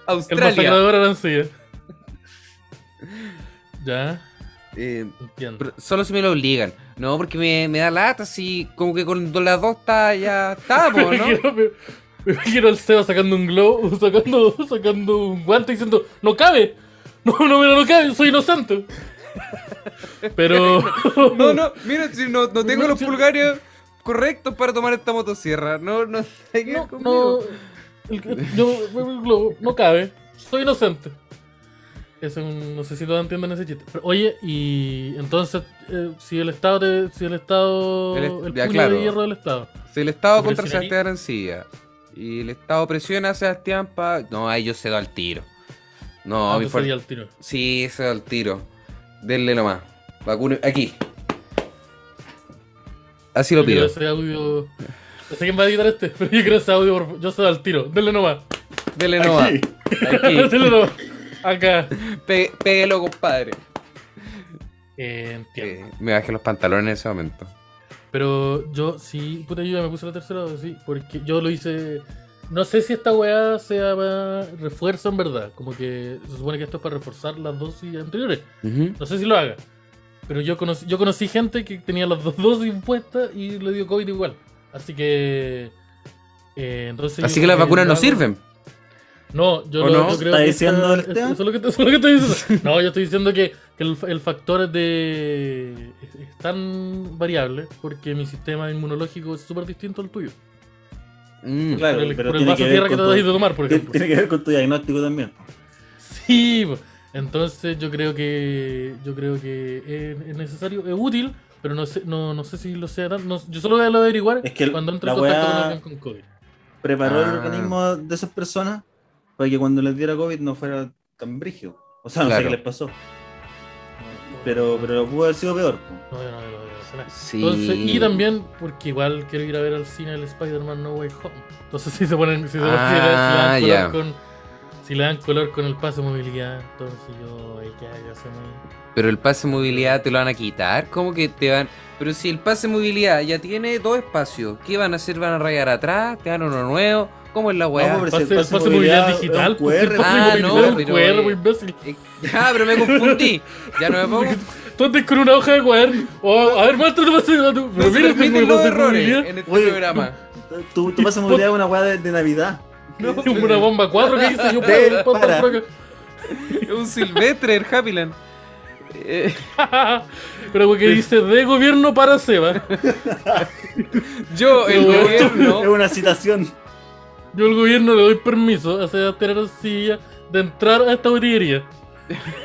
Australia.
masacrador Arancibia. Ya,
Eh,
entiendo.
pero solo si me lo obligan. No, porque me, me da lata, así como que con las dos está, ya estamos,
Me
¿no?
imagino- me- Me imagino al Seba sacando un globo, sacando, sacando un guante y diciendo, no cabe, no, no, mira, no cabe, soy inocente. Pero...
No, no, mira, si no, no tengo
No,
los
yo-
pulgares correctos para tomar esta motosierra. No, no, hay que ir
No, no,
conmigo.
el- yo, el globo, no cabe, soy inocente. Eso no sé si todos entienden ese chiste. Pero, oye, y entonces, eh, si el Estado, te- si el Estado,
El
el,
est- ya,
puño
claro.
de hierro del Estado.
Si el Estado
Pero
contra
si
Sebastián Arancilla y el Estado presiona a Sebastián para. No, ahí yo cedo al tiro. No,
Ah,
mi
entonces
fuerte.
ya al tiro.
Sí, se da el tiro. Denle nomás. Vacune. Aquí. Así lo
Yo creo
pido.
ese audio... No sé quién va a editar este, pero yo creo ese audio, por- yo se da al tiro, denle nomás.
Denle nomás.
Aquí.
Aquí.
Dátelo, no. Acá.
Pe- Pégalo, compadre.
Eh, entiendo.
Eh, me bajé los pantalones en ese momento.
Pero yo sí, puta, yo ya me puse la tercera dosis porque yo lo hice. No sé si esta weá sea para refuerzo en verdad. Como que se supone que esto es para reforzar las dosis anteriores.
Ujú.
No sé si lo haga. Pero yo conocí, yo conocí gente que tenía las dos dosis puestas y le dio COVID igual. Así que. eh, entonces
Así
yo
que las
creo
vacunas
yo
no
hago-
sirven.
No, yo
¿O
lo,
no?
yo creo
¿Está
que
diciendo el
es-
Esteban?
Eso es lo que, eso es lo que estoy diciendo. No, yo estoy diciendo que, que el, el factor de. Es, es tan variable porque mi sistema inmunológico es súper distinto al tuyo.
Mm.
Claro,
por el,
pero
por el
tiene
vaso
que
de
ver
tierra que
con
te
todo.
das de tomar, por
Tiene
ejemplo.
tiene que ver con tu diagnóstico también.
Sí, po. entonces yo creo que yo creo que es, es necesario, es útil, Pero no sé, no, no sé si lo sea tan- no- yo solo voy a lo averiguar
Es que
cuando entre
la
en contacto con
weá-
alguien con COVID.
Preparó el
Ah.
organismo de esas personas para que cuando les diera COVID no fuera tan brígido. O sea, no
Claro.
sé qué les pasó. Pero, pero pudo haber sido peor. po.
No, yo no, yo no, yo no sé nada.
Sí.
Entonces, y también, porque igual quiero ir a ver al cine el Spider-Man No Way Home. Entonces, si se ponen, si se ponen- si le-
Ah,
si le dan
ya.
color con. Si le dan color con el paso de movilidad, entonces yo ahí ya, ya se me.
Pero el pase de movilidad te lo van a quitar. ¿Cómo que te van.? Pero si el pase de movilidad ya tiene dos espacios, ¿qué van a hacer? ¿Van a rayar atrás? ¿Te dan uno nuevo? ¿Cómo es la weá?
No, pero si
Pase,
el
el
pase
pase de
movilidad
movilidad
es un
digital. pues, el
QR.
pase de
Ah,
movilidad
no,
es un
pero,
QR,
eh,
pues, imbécil.
Eh, Ah, pero me confundí. Ya no me pongo.
Tú andas con una hoja de cuaderno. Oh, a ver, muéstrate el pase de movilidad. Pero
No se
mira, tengo
permiten
el
los
pase de
errores
movilidad.
en este
Oye,
programa.
Tú, tú vas a movilidad una weá de, de Navidad.
No.
Es una bomba 4 que hice yo
Ven,
para por
para.
acá.
Es un silvestre el Happyland. Eh,
Pero porque dice de gobierno para Seba.
yo, el
No,
Es
gobierno.
una citación.
Yo al gobierno le doy permiso a Sebastián Arcilla de entrar a esta botillería.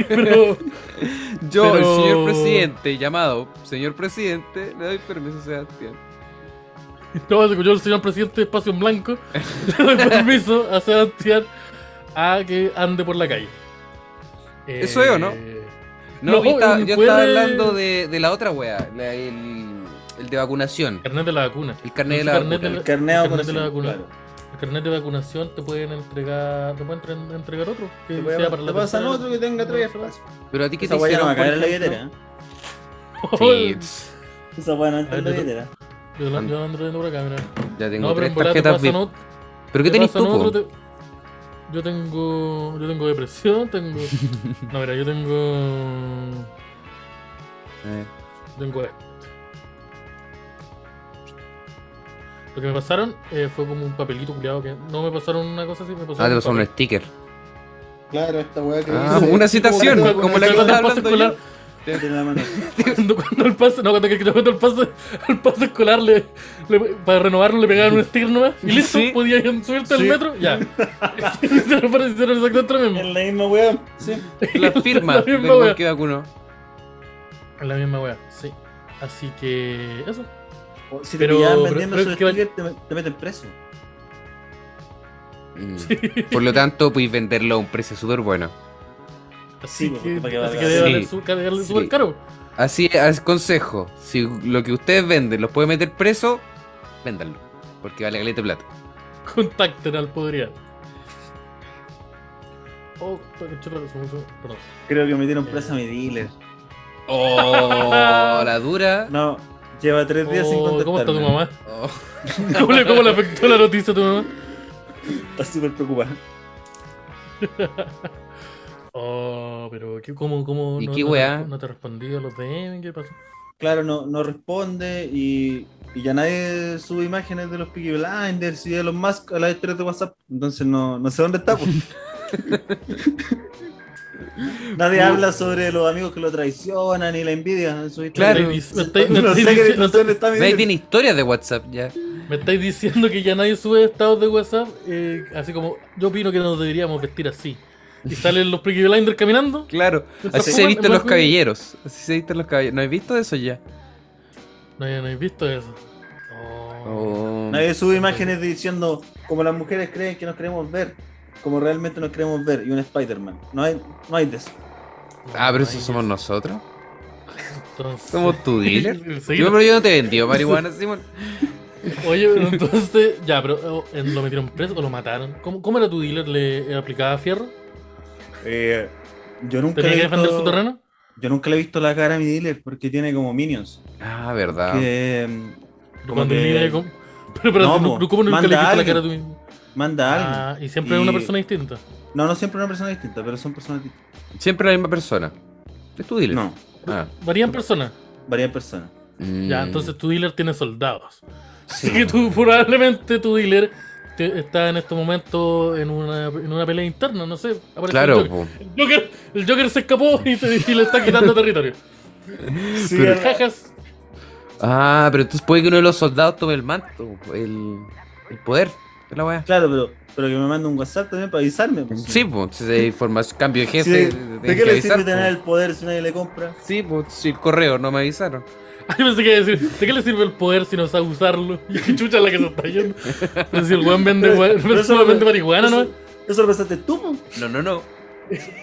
Pero
Yo, el
pero-
señor presidente, llamado señor presidente, le doy permiso a Sebastián.
no se escuchó el señor presidente de Espacio en Blanco. Le doy permiso a Sebastián a que ande por la calle. Eh,
¿Eso es o no? No,
No,
yo estaba,
un
yo estaba
QR.
hablando de, de la otra wea, la- el, el de vacunación.
Carnet de la vacuna.
El carnet de
El
la
carnet
vacuna.
de la-
El carneo
El
con
carnet de la
eso,
vacuna.
claro.
El carnet de vacunación te pueden entregar. Te pueden entre- entregar otro. Que
Te
sea para la
pasan
tercera-
otro que tenga tres espacios.
Pero a ti que te
Esa weá
hicieron.
no va a
por
caer en la
ejemplo?
billetera. ¿eh?
Sí,
Sí.
pss,
Esa weá no entra en la
A ver,
billetera.
Yo, la- yo ando viendo por acá, mira.
ya tengo
No, pero en
tres
volada te
tarjetas
pasan
VIP.
otro.
¿Pero qué
Te
tenés
pasan
tú? po?
otro, te- Yo tengo. Yo tengo depresión, tengo. No, mira, yo tengo.
Eh,
Tengo esto. Lo que me pasaron eh, fue como un papelito culiado que. No me pasaron una cosa así, me pasaron.
Ah, te
un
pasó un
papel.
sticker.
Claro, esta weá que
Ah,
dice-
una citación,
Como la-
como la que
Cuando
estaba
el pase
hablando yo.
Tiene la mano.
Cuando, cuando el pase, no, cuando, cuando el pase, el pase escolar le, le- para renovarlo le pegaban un sticker nomás y listo,
Sí.
podía subirte al
Sí.
metro, ya. Hicieron hicieron exactamente lo mismo.
Es la misma weá. Sí.
La firma
La
del
misma wea.
weón que vacunó.
La misma weá, sí. Así que eso.
O Si te
Pero-
pillaban
pero-
vendiendo
pero
su
es que va-
sticker, te, te meten preso.
Mm. Por lo tanto, puedes venderlo a un precio súper bueno.
Así
Sí,
que,
porque va a
así que
dar-
debe valer
Sí.
su- debe valer
Sí.
súper caro.
Así es, consejo. Si lo que ustedes venden los puede meter preso, véndanlo. Porque vale caleta de plata.
Contacten al podría. Oh, chuta, chuta, se me hizo- perdón.
Creo que metieron preso a mi dealer.
Oh, la dura.
No, lleva tres días sin
Oh,
contestarme.
¿Cómo está tu mamá?
Oh.
¿Cómo le, cómo le afectó la noticia a tu mamá?
Está súper preocupada.
Oh, pero ¿qué, cómo, cómo
¿Y
no,
qué
no te-
weá?
no te respondí a los DM? ¿Qué pasó?
Claro, no, no responde y, y ya nadie sube imágenes de los Peaky Blinders y de los Musk a las historias de WhatsApp. Entonces no, no sé dónde está. pues. nadie habla sobre los amigos que lo traicionan y la envidia en sus historias.
Claro.
Me estáis- me
No sé
estáis
qué-
diciendo-
no sé dónde está mi
Nadie
dealer.
tiene historias de WhatsApp ya.
Me estáis diciendo que ya nadie sube estados de WhatsApp, eh, así como yo opino que nos deberíamos vestir así. Y salen los Peaky Blinders caminando.
Claro. Así
Sí.
se visten los
Bajo-
caballeros. Así se visten los caballeros. ¿No has visto eso ya?
No, no he visto eso. Oh.
Oh.
Nadie sube imágenes diciendo como las mujeres creen que nos queremos ver, como realmente nos queremos ver, y un Spider-Man. No hay, no hay de eso.
Ah, pero
Ay,
esos somos nosotros.
entonces-
Somos tu dealer.
Sí,
Yo, pero yo no te he vendido marihuana, Simón.
Oye, pero entonces, ya, pero oh, eh, lo metieron preso o lo mataron. ¿Cómo, cómo era tu dealer? ¿Le eh, aplicaba fierro?
Eh, yo nunca
¿Tenía
le
que
he
defender su
visto-
terreno?
Yo nunca le he visto la cara a mi dealer porque tiene como minions.
Ah, verdad.
Que mm,
Pero
Como
cuando
que-
el dealer- ¿cómo? Pero, pero
No,
¿cómo-
po,
¿cómo nunca le
manda a
quitó la
alguien.
cara a tu mismo?
manda a alguien.
Ah, y siempre es una
Y-
persona distinta.
No, no siempre una persona distinta, pero son personas distintas.
Siempre la misma persona. Es tu dealer.
No,
Ah.
Varían personas.
varias personas.
Ya,
Mm.
entonces tu dealer tiene soldados. Así
Sí.
que tú, probablemente tu dealer te- está en este momento en una, en una pelea interna, no sé. aparece
Claro,
El Joker.
po.
El Joker, el Joker se escapó y, te- y le está quitando territorio.
Sí,
Pero-
era-
Jajas.
Ah, pero entonces puede que uno de los soldados tome el manto, el, el poder. Es la weá.
Claro, pero, pero que me mande un WhatsApp también para avisarme. pues.
Sí, pues, si hay formas- cambio de
Sí,
jefe,
¿De,
tienen
de qué
que
le
avisar,
sirve
po.
tener el poder si nadie le compra?
Sí, pues, si el correo no me avisaron.
Yo pensé que iba a decir, ¿de qué le sirve el poder si no sabe usarlo? Y qué chucha la que se está yendo. Pero si el weón vende,
Pero-
weón,
pero eso-
solamente marihuana, ¿no?
eso, eso lo pensaste tú, po.
No, no, no.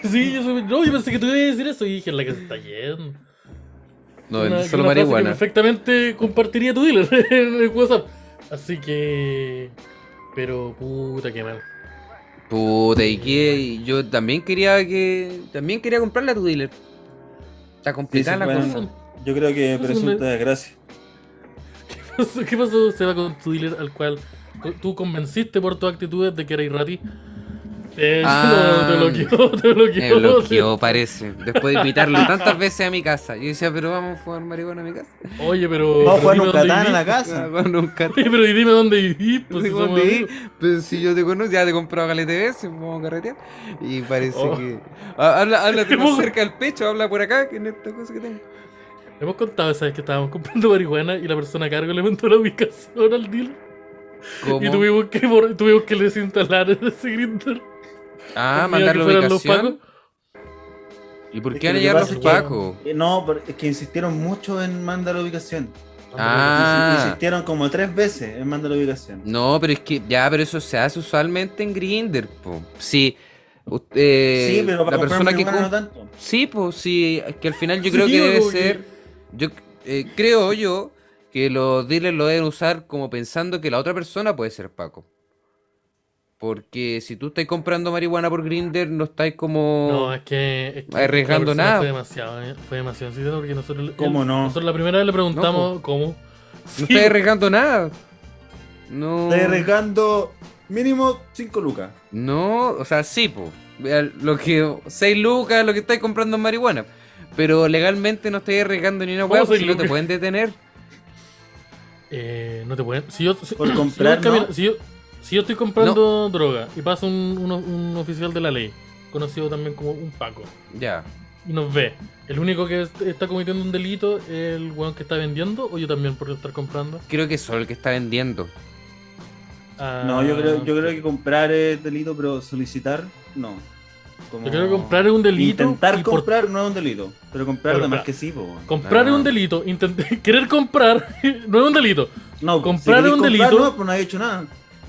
Sí, yo, soy- no, yo pensé que tú ibas a decir eso y dije, la que se está yendo.
No, solo
Una- una frase que
marihuana.
perfectamente compartiría tu dealer en el WhatsApp. Así que. Pero puta, qué mal.
Puta, y qué, y yo también quería que. También quería comprarle a tu dealer. Está complicada
Sí, sí,
la
bueno.
cosa.
Yo creo que
Eso
presunta
me-
desgracia.
¿Qué pasó, Seba, con tu dealer al cual co- tú convenciste por tus actitudes de que erais rati? Eh,
Ah.
no, te bloqueó, te bloqueó.
Me bloqueó, parece. Después de invitarlo tantas veces a mi casa. Yo decía, pero vamos a fumar marihuana a mi casa.
Oye, pero.
Vamos a
pero
jugar
dime
un
dónde
Catán
vivís.
en pues, la
Ah,
casa.
bueno, nunca te
Oye, pero dime dónde vivís. Pues, si
digo
somos
de ir,
amigos.
Pero si yo te conozco, ya te he comprado caleta de veces, vamos a carretear. Y parece
Oh.
que. Ah, Habla, háblate más
Hemos-
cerca al pecho, habla por acá, que en esta cosa que tengo.
Hemos contado esa vez que estábamos comprando marihuana y la persona a cargo le mandó la ubicación al dealer.
¿Cómo?
Y tuvimos que, bor- tuvimos que desinstalar ese grinder.
Ah,
Miedo
mandar
que
la
fueran
ubicación.
pacos.
¿Y por
Es
qué
que
van a
lo que
llegar los
pasa es que-
pacos?
Eh, No, pero es que insistieron mucho en mandar la ubicación.
Ah.
Insi- Insistieron como tres veces en mandar la ubicación.
No, pero es que ya, pero eso se hace usualmente en Grinder, po. Sí. Usted,
Eh,
sí, pero
la
para comprar
persona que
marihuana no
cum-
tanto.
Sí, pues sí, es que al final yo creo
Sí,
que debe
como
ser Yo eh, creo yo que los dealers lo deben usar como pensando que la otra persona puede ser Paco. Porque si tú estás comprando marihuana por Grinder, no estás
No,
como...
es que. es que
Arriesgando
la persona
nada.
Fue demasiado, eh, fue demasiado insistente porque nosotros. em,
¿Cómo no?
Nosotros la primera vez le preguntamos cómo.
No
Sí,
estás arriesgando nada. No...
Estoy arriesgando mínimo 5 lucas.
No, o sea, sí, po. Vea, Lo que... 6 lucas lo que estás comprando en marihuana. Pero legalmente no estás arriesgando ni una
¿Cómo
hueá, porque
seis
no te
lucas?
pueden detener.
eh, no te pueden. Si yo, si,
Por
si yo voy
comprar,
camino-
¿no?
si yo, si yo estoy comprando droga y pasa un, un- un oficial de la ley, conocido también como un Paco,
Ya.
y nos ve, ¿el único que est- está cometiendo un delito es el weón que está vendiendo o yo también por estar comprando?
Creo que solo el que está vendiendo.
Ah,
No, yo creo, yo creo que comprar es delito, pero solicitar, no. Como-
Ah, Yo creo que comprar es un delito.
Intentar
y por-
comprar no es un delito, pero comprar
Pero
además
comprar.
que sí, po, weón.
Comprar es
Ah.
un delito. intent- Querer comprar no es un delito.
No,
comprar
si
es un
querés comprar,
delito.
No, pues no he hecho nada.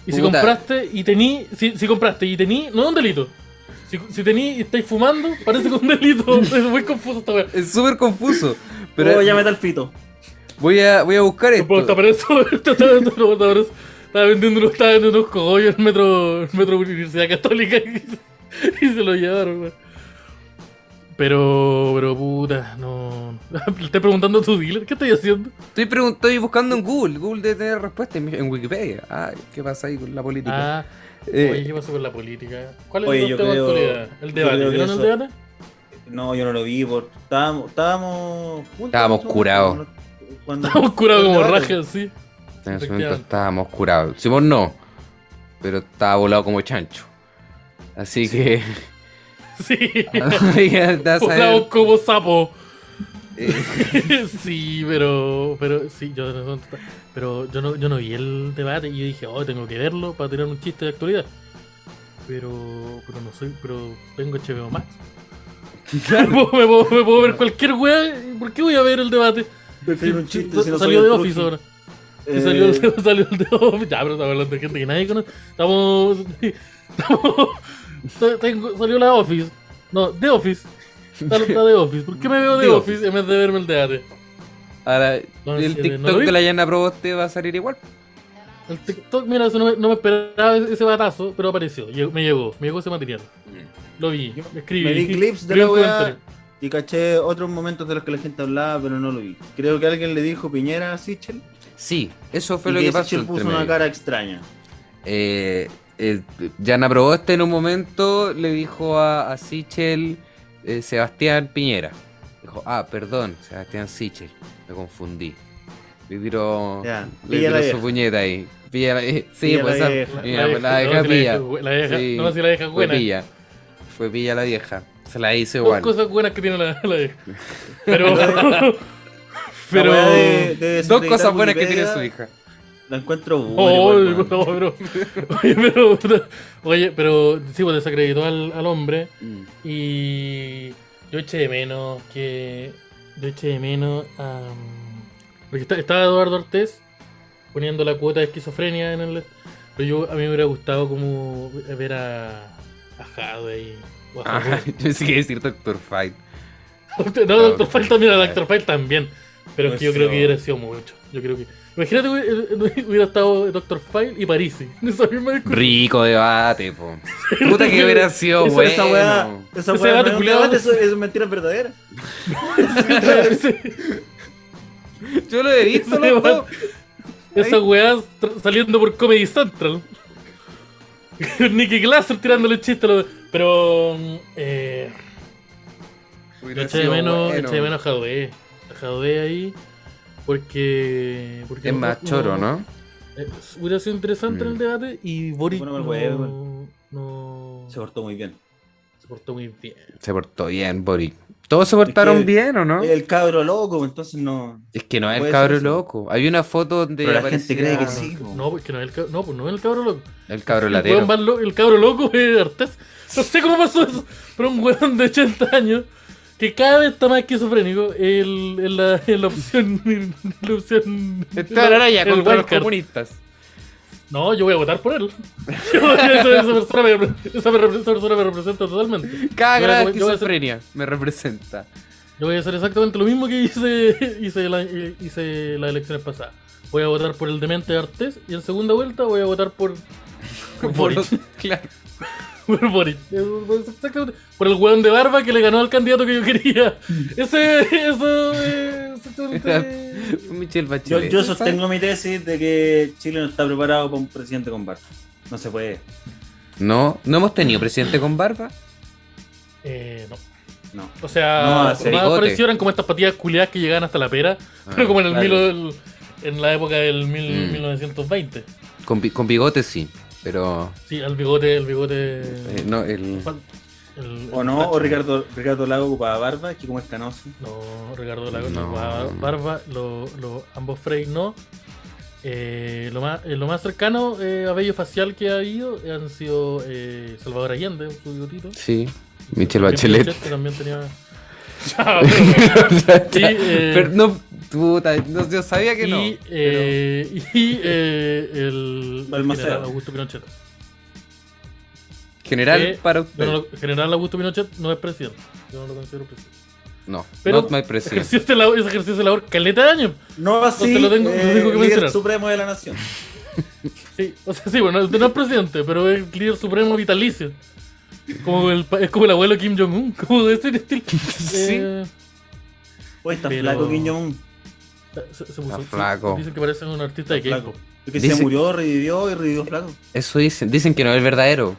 Y si
Puta.
compraste y tení. Si, si compraste y tení, no es un delito. Si, si tení y estáis fumando, parece que es un delito. es muy confuso esta wea.
Es súper confuso.
Pero
Oh,
Pero
Oh, ya mete al fito.
voy a, voy a buscar esto.
Pero hasta para eso. hasta- hasta- hasta- hasta para eso, Estaba vendiendo unos, estaba vendiendo unos cogollos en el metro, en el metro Universidad Católica y, se- y se lo llevaron, wea. Pero, pero puta, no. Le estoy preguntando a tu dealer, ¿qué estoy haciendo?
Estoy, pregun- estoy buscando en Google. Google debe tener respuesta en, en Wikipedia. Ah, ¿qué pasa ahí con la política?
Ah,
Eh,
Oye, ¿qué pasó con la política? ¿Cuál es
Oye,
el
yo
tema de
creo-
actualidad? El
yo
debate.
creo que
¿Vieron el
eso-
debate?
No, yo no lo vi, por... estábamos, estábamos juntos,
Estábamos
¿no?
curados.
Cuando-
Estamos curados como
Debate.
rajas, sí.
en ese momento
efectivamente.
estábamos curados. Simón no. Pero estaba volado como chancho. Así que.
Sí.
Ah,
ya está a saber,
Hablamos como sapo.
eh,
sí, pero. Pero sí, yo no, pero yo no, yo no vi el debate y yo dije, oh, tengo que verlo para tirar un chiste de actualidad. Pero. Pero no soy. Pero tengo HBO Max. me, puedo, me puedo- me puedo ver cualquier wea. ¿Por qué voy a ver el debate?
Prefiero un
Sí,
chiste, si no soy
salió
el
de
truqui.
Office ahora.
Eh,
Que salió, el, salió el de Office. Ya, pero estamos hablando de gente que nadie conoce. Estamos. estamos te- tengo- salió la Office. No, The Office. Está, está The Office. ¿Por qué me veo The,
The
Office, en vez de verme el de AT?
Ahora,
No,
el
eh,
sí,
TikTok
no lo vi.
de la Yana Proboste va a salir igual.
El TikTok, mira, eso no me, no me esperaba ese ese batazo, pero apareció. Llegó- me llegó. Me llegó ese material.
Mm.
Lo vi.
Yo
Me escribí.
me vi clips de
escribí
la
un
weá.
comentario.
Y caché otros momentos de los que la gente hablaba, pero no lo vi. Creo que alguien le dijo Piñera a Sichel.
Sí, eso fue
Y
lo que
que
pasó.
Sichel
entre
puso una
medio.
cara extraña.
Eh, eh, Yana Proboste en un momento le dijo a, a Sichel eh, Sebastián Piñera. Dijo, ah, perdón, Sebastián Sichel, me confundí. Le tiró,
Ya,
le
pilla la
tiró
vieja.
su puñeta ahí. Pilla la- eh, sí,
Pilla la
pues esa-
vieja.
La-
mira, pues, la
deja-
deja
no, si
pilla.
deja bu- la deja-
Sí,
No, si la deja
Fue
buena.
pilla. Fue pilla la vieja. Se la hice
Dos
igual.
cosas buenas que tiene la, la deja. Pero. pero.
La weá de- de
Dos
desacreditar
cosas buenas que tiene
Wikipedia,
su hija.
La encuentro buena.
Oh,
igual,
no,
weón.
bro. Oye, pero, oye, pero sí, pues desacreditó al, al hombre
Mm.
y yo eché de menos que... Yo eché de menos a... mm, Porque está- estaba Eduardo Ortiz poniendo la cuota de esquizofrenia en el. Pero yo a mí me hubiera gustado como ver a, a Hadway. o a
Ah,
Hathaway.
yo pensé que iba a decir Doctor Fight.
no, Doctor File también, a Doctor File también. Pero es
Pues
que yo creo
sí.
que hubiera sido mucho. Yo creo que. Imagínate hubiera, hubiera estado Doctor File y Parisi. En esa misma discusión.
Rico debate, po. Puta que hubiera sido
Esa-
bueno.
Esa weá, esa
Ese
weá
gato
no es un
culiao.
debate, eso, eso es mentira verdadera.
Yo lo he visto,
Ese
loco.
Esas weas tra- saliendo por Comedy Central. Nicky Glasser tirándole chistes. a los- Pero. mm, Eh, yo
Hubiera
eché de
sido
menos,
bueno.
eché de menos a Jadwe. A Jadwe ahí. Porque. porque
Es
no-
más choro, ¿no?
eh, hubiera sido interesante
Mm.
el debate. Y Boris
Bueno, el
no,
huevo.
no-
Se cortó muy bien.
se portó muy bien.
Se portó bien, Boric. Todos se portaron
que-
bien, ¿o no?
El cabro loco, entonces no.
Es que no es el
puede
cabro
ser eso.
loco. Hay una foto donde
Pero la gente cree que
aparecía
sí. po.
No, porque no es el, cab- no, pues no es el cabro loco.
El cabro
El, weón
latero.
más lo- el cabro loco es Artés. No sé cómo pasó eso, pero un weón de 80 años que cada vez está más esquizofrénico el, el, la, el opción. La opción
Está la araya
el
contra los
wildcard.
comunistas.
No, yo voy a votar por él. Yo- esa, esa persona me, repre- esa me repre- esa persona me representa totalmente.
Cada
Yo
grado de
voy- yo voy a hacer-
esquizofrenia me representa.
Yo voy a hacer exactamente lo mismo que hice, hice, la- hice las elecciones pasadas. Voy a votar por el demente de Artés y en segunda vuelta voy a votar por. por Boric.
Claro.
Por Boric. Eso, pues, exactamente. Por el weón de barba que le ganó al candidato que yo quería. Ese, eso, eh, exactamente.
Michelle
Yo,
Bachelet.
yo sostengo mi tesis de que Chile no está preparado para un presidente con barba. No se puede.
No, no hemos tenido presidente con barba.
Eh, no.
No.
O
No,
sea,
hace
lo más
bigote. Ah,
parecido eran como estas patillas culiadas que llegaban hasta la pera, pero como en el
claro.
milo del- en la época del mil-
Mm.
1920.
Con, bi- con bigote sí, pero
Sí, el bigote, el bigote.
eh, no, el,
fal- el-
O
el
no,
facho.
o Ricardo, Ricardo Lago ocupaba barba, que como es canoso.
No, Ricardo Lago
No.
no. Barba, lo, lo- ambos Frey no. Eh, lo, más, eh, lo más cercano eh, a bello facial que ha habido han sido eh, Salvador Allende, su bigotito.
sí, Michelle
También
Bachelet.
Pinochet, que también tenía. Ya, bueno. Y, eh,
Pero no, puta, no, yo sabía que
y,
no.
eh, y eh, el
Balmaceda.
general Augusto Pinochet.
pero- General
que-
para
Yo
usted.
eh, no lo- general Augusto Pinochet no es presidente. Yo no lo considero presidente.
No,
Pero-
not my president.
Ejerció este labor, ese ejercicio de labor caleta de años.
No así,
te lo tengo- te tengo que
líder
mencionar.
supremo de la nación.
Sí, o sea, sí, bueno, usted no es presidente, pero es líder supremo vitalicio. Como el, pa- es como el abuelo Kim Jong-un, como de ese estilo. Eh,
Oye, está
Pero-
flaco Quiñón.
se, se puso,
Está flaco.
Dicen que parece un artista de
Está
K-pop.
flaco. Que
Dice-
se murió, revivió y revivió flaco.
Eso dicen, dicen que no es el verdadero.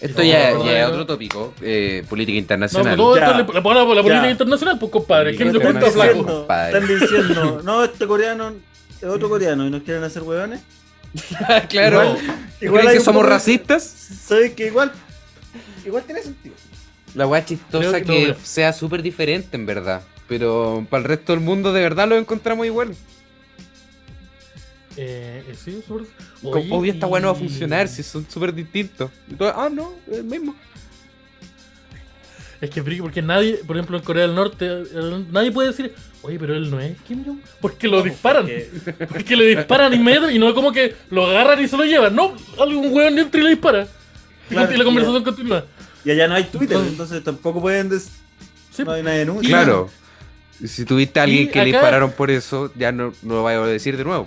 Esto
No,
ya,
no,
ya es
no.
otro tópico, eh, política
No, pero
internacional.
todo
Ya.
esto le, la, la, la política
Ya.
internacional, pues compadre. Kim
Yo
Jong-un
te
está
menciono.
flaco.
diciendo,
Padre.
están diciendo, no, este coreano es otro coreano y nos quieren hacer hueones.
claro.
Igual-
¿Creen
igual hay
que
un
somos
poco de-
racistas?
Sabes que igual, igual tiene sentido.
La weá chistosa
Creo que
que
no, pero-
sea súper diferente en verdad. Pero para el resto del mundo de verdad lo encontramos igual.
Eh, eh, sí, sobre-
Co-
Oye,
Obvio esta weá no va a
y-
funcionar si son súper distintos. Entonces, ah, no, el mismo.
Es que friki, porque nadie, por ejemplo, en Corea del Norte, eh, nadie puede decir, oye, pero él no es Kim Jong. Porque lo disparan.
pues, porque-
Porque... le disparan inmediatamente y no es como que lo agarran y se lo llevan. No, algún weón entra y le dispara. Y
Claro,
conti- y la conversación continúa.
Y allá no hay Twitter,
Entonces-
entonces tampoco pueden decir,
Sí,
no hay una denuncia.
Claro. Si tuviste a alguien
Y
que le
acá-
dispararon por eso, ya no, no lo voy a decir de nuevo.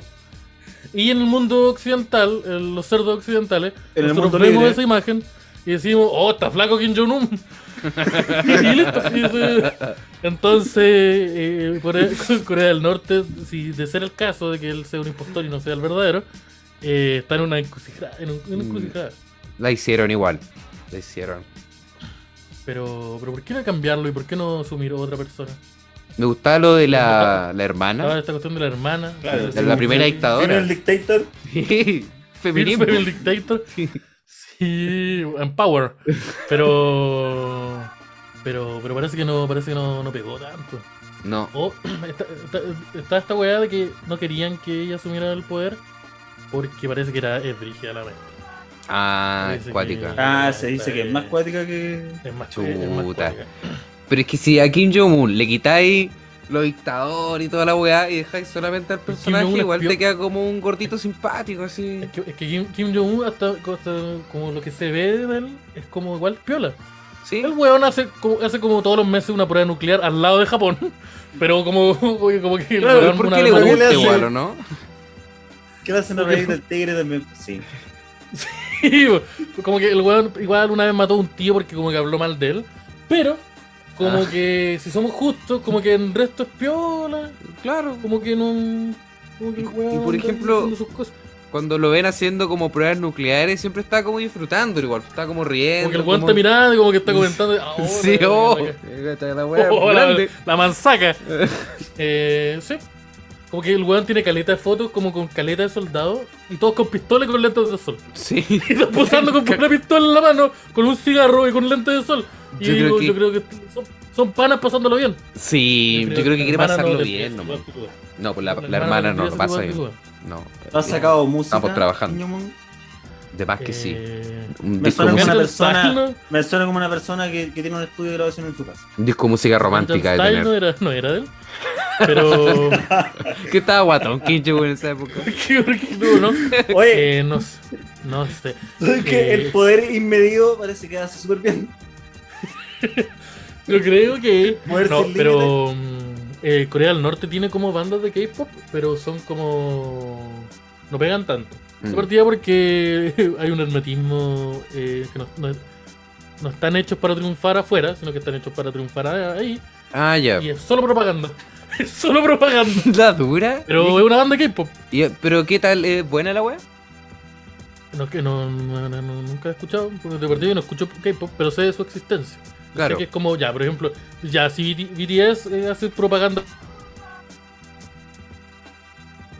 Y en el mundo occidental, en los cerdos occidentales,
En el
nosotros
mundo
vemos
libre.
esa imagen y decimos, oh, está flaco Kim Jong-un. y listo. y eso- Entonces, eh, Corea, Corea del Norte, si de ser el caso de que él sea un impostor y no sea el verdadero, eh, está en una encrucijada. En un- en una
Mm.
encrucijada.
La hicieron igual. La hicieron.
Pero, pero, ¿por qué no cambiarlo y por qué no asumir otra persona?
Me gustaba lo de la,
Ajá.
la
Estaba
hermana.
esta cuestión de la hermana.
Claro,
de
la
ser
primera
mujer.
dictadura.
Tiene el dictator,
Sí,
Fear
Feminismo.
Female Dictator. Sí, Empower. Pero. Pero, pero parece que no parece que no, no pegó tanto.
No.
O está, está- está esta weá de que no querían que ella asumiera el poder porque parece que era es brígida la mente.
Ah,
Parece que-
acuática.
ah, se dice que es más cuática que...
Es más, es más
Chuta.
cuática.
Pero es que si a Kim Jong-un le quitáis los dictadores y toda la weá y dejáis solamente al personaje,
Jong-un es
igual te
peor. Eh,
queda como un gordito simpático, así.
Es que, es que Kim, Kim Jong-un, hasta, hasta como lo que se ve de él, es como igual piola.
Sí,
El weón hace, como- hace como todos los meses una prueba nuclear al lado de Japón. Pero como, oye, como que el
Claro,
weón
¿por
una
qué
vez
le
más-
¿por qué
gusta
le hace-
igual o no?
¿Qué le hacen a
Porque-
reír del tigre también? Sí.
Sí, bo. como que el weón igual una vez mató a un tío porque como que habló mal de él. Pero, como
Ah.
que si somos justos, como que el resto es piola.
Claro.
Como que no. Como que el
Y- y
weón
por
anda
ejemplo-
haciendo sus cosas.
Cuando lo ven haciendo como pruebas nucleares, siempre está como disfrutando, igual, está como riendo.
Como que el weón
como-
está mirando y como que está comentando. "Ahora,
Sí,
la-
oh,
la-
la weá,
oh, la,
grande.
la manzaca. Eh, sí. Como que el weón tiene caleta de fotos, como con caleta de soldado. Y todos con pistola y con lentes de sol.
Sí,
Y todos posando con una pistola en la mano, con un cigarro y con lentes de sol. Y
Yo
yo,
creo
digo,
que-
yo creo que son, son panas pasándolo bien.
sí, yo creo, que
la
quiere
hermana
pasarlo
no te
bien,
empieza
nomás.
igual que tú.
No, pues la, la hermana no lo pasa bien. No.
¿Has sacado música?
pues, trabajando.
Ñomón?
De más Ah, que sí.
Eh,
Un
Me
disco,
suena
de
como
música,
una
Gangnam
persona,
Style.
me suena como una persona que, que tiene un estudio de grabación en su casa.
un disco de música romántica de
Gangnam Style
tener.
no era, no era de él. Pero.
Que estaba guatón, Kinche, güey, en esa época.
¿Qué- por qué tú, no?
Oye,
Eh, no, sé, no sé.
¿sabes qué?
eh,
el poder inmedido parece que hace súper bien.
Yo creo que.
Poder
No,
sin
pero. mm, eh, Corea del Norte tiene como bandas de K-pop, pero son como. No pegan tanto.
Mm.
De partida porque hay un hermetismo eh, que no, no- no están hechos para triunfar afuera, sino que están hechos para triunfar ahí.
Ah, ya.
Y es solo propaganda. Es solo propaganda.
¿La dura?
Pero es una banda de K-pop.
Y- ¿Pero qué tal? ¿Es buena la weá?
No, que no, no- no- no- nunca he escuchado, porque de partida yo no escucho K-pop, pero sé de su existencia. Sé
Claro.
que es como, ya, por ejemplo, ya si BT- BTS eh, hace propaganda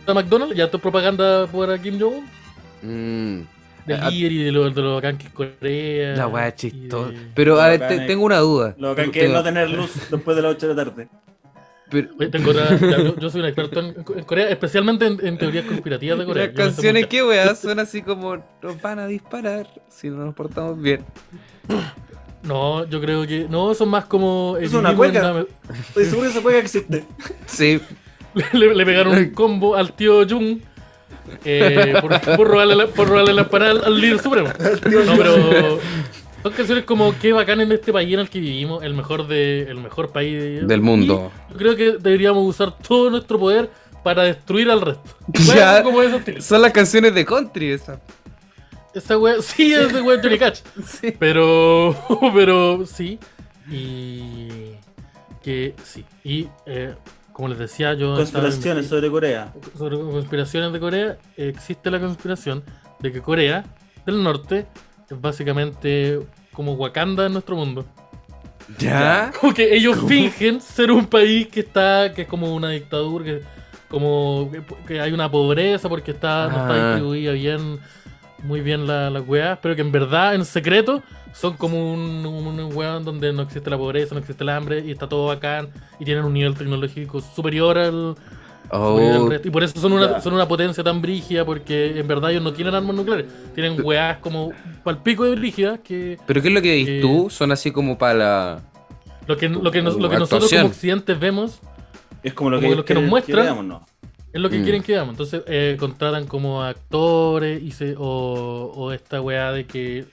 a McDonald's, ya esto es propaganda para Kim Jong-un,
Mm,
de
Ah,
líder y de lo, de lo bacán que es Corea.
la weá
Eh, y
es chistosa.
de-
Pero, a
Lo
ver,
bacán
te-
es-
tengo una duda.
Lo que que es
Tengo-
no tener luz después de las 8 de la tarde.
pero-
Oye, tengo otra- ya, yo, yo soy un experto en, en Corea, especialmente en, en teorías conspirativas de Corea.
Las
yo me sé
canciones
muchas.
que weá son así como nos van a disparar si no nos portamos bien.
No, yo creo que. No, son más como.
Es
eh,
una
vivimos en
cueca.
la-
Estoy seguro que esa juega existe.
Sí,
Le, le pegaron un combo al tío Jung eh, por, por robarle la, por robarle la empanada al, al líder supremo. No, pero son canciones como qué bacán en este país en el que vivimos, el mejor de el mejor país de-
del mundo.
Y yo creo que deberíamos usar todo nuestro poder para destruir al resto.
Ya.
Bueno, como esos tíos.
Son las canciones de country esas.
Esa wea, sí, es de wea Johnny Cash.
Sí.
Pero, pero sí. Y que sí. Y eh, como les decía, yo estaba
Conspiraciones sobre Corea.
sobre conspiraciones de Corea, existe la conspiración de que Corea del Norte es básicamente como Wakanda en nuestro mundo.
¿Ya?
Como que ellos fingen ser un país que está, que es como una dictadura, que como que, que hay una pobreza porque está, no
Ah.
está distribuida bien, muy bien la- las weas, pero que en verdad, en secreto, son como un, un weón donde no existe la pobreza, no existe el hambre, y está todo bacán, y tienen un nivel tecnológico superior al, superior al
Oh,
resto. Y por eso son una,
Ya.
son una potencia tan brígida, porque en verdad ellos no tienen armas nucleares. Tienen weas como palpico de brígidas que
¿Pero qué es lo que
Eh,
veis tú? Son así como para la...
lo que, lo que, nos- lo que nosotros
Actuación.
como occidentes vemos
Es como lo que,
Como los que nos muestran.
veamos, ¿no?
es lo que
Mm.
quieren que veamos. Entonces eh, contratan como actores y se- o, o esta wea de que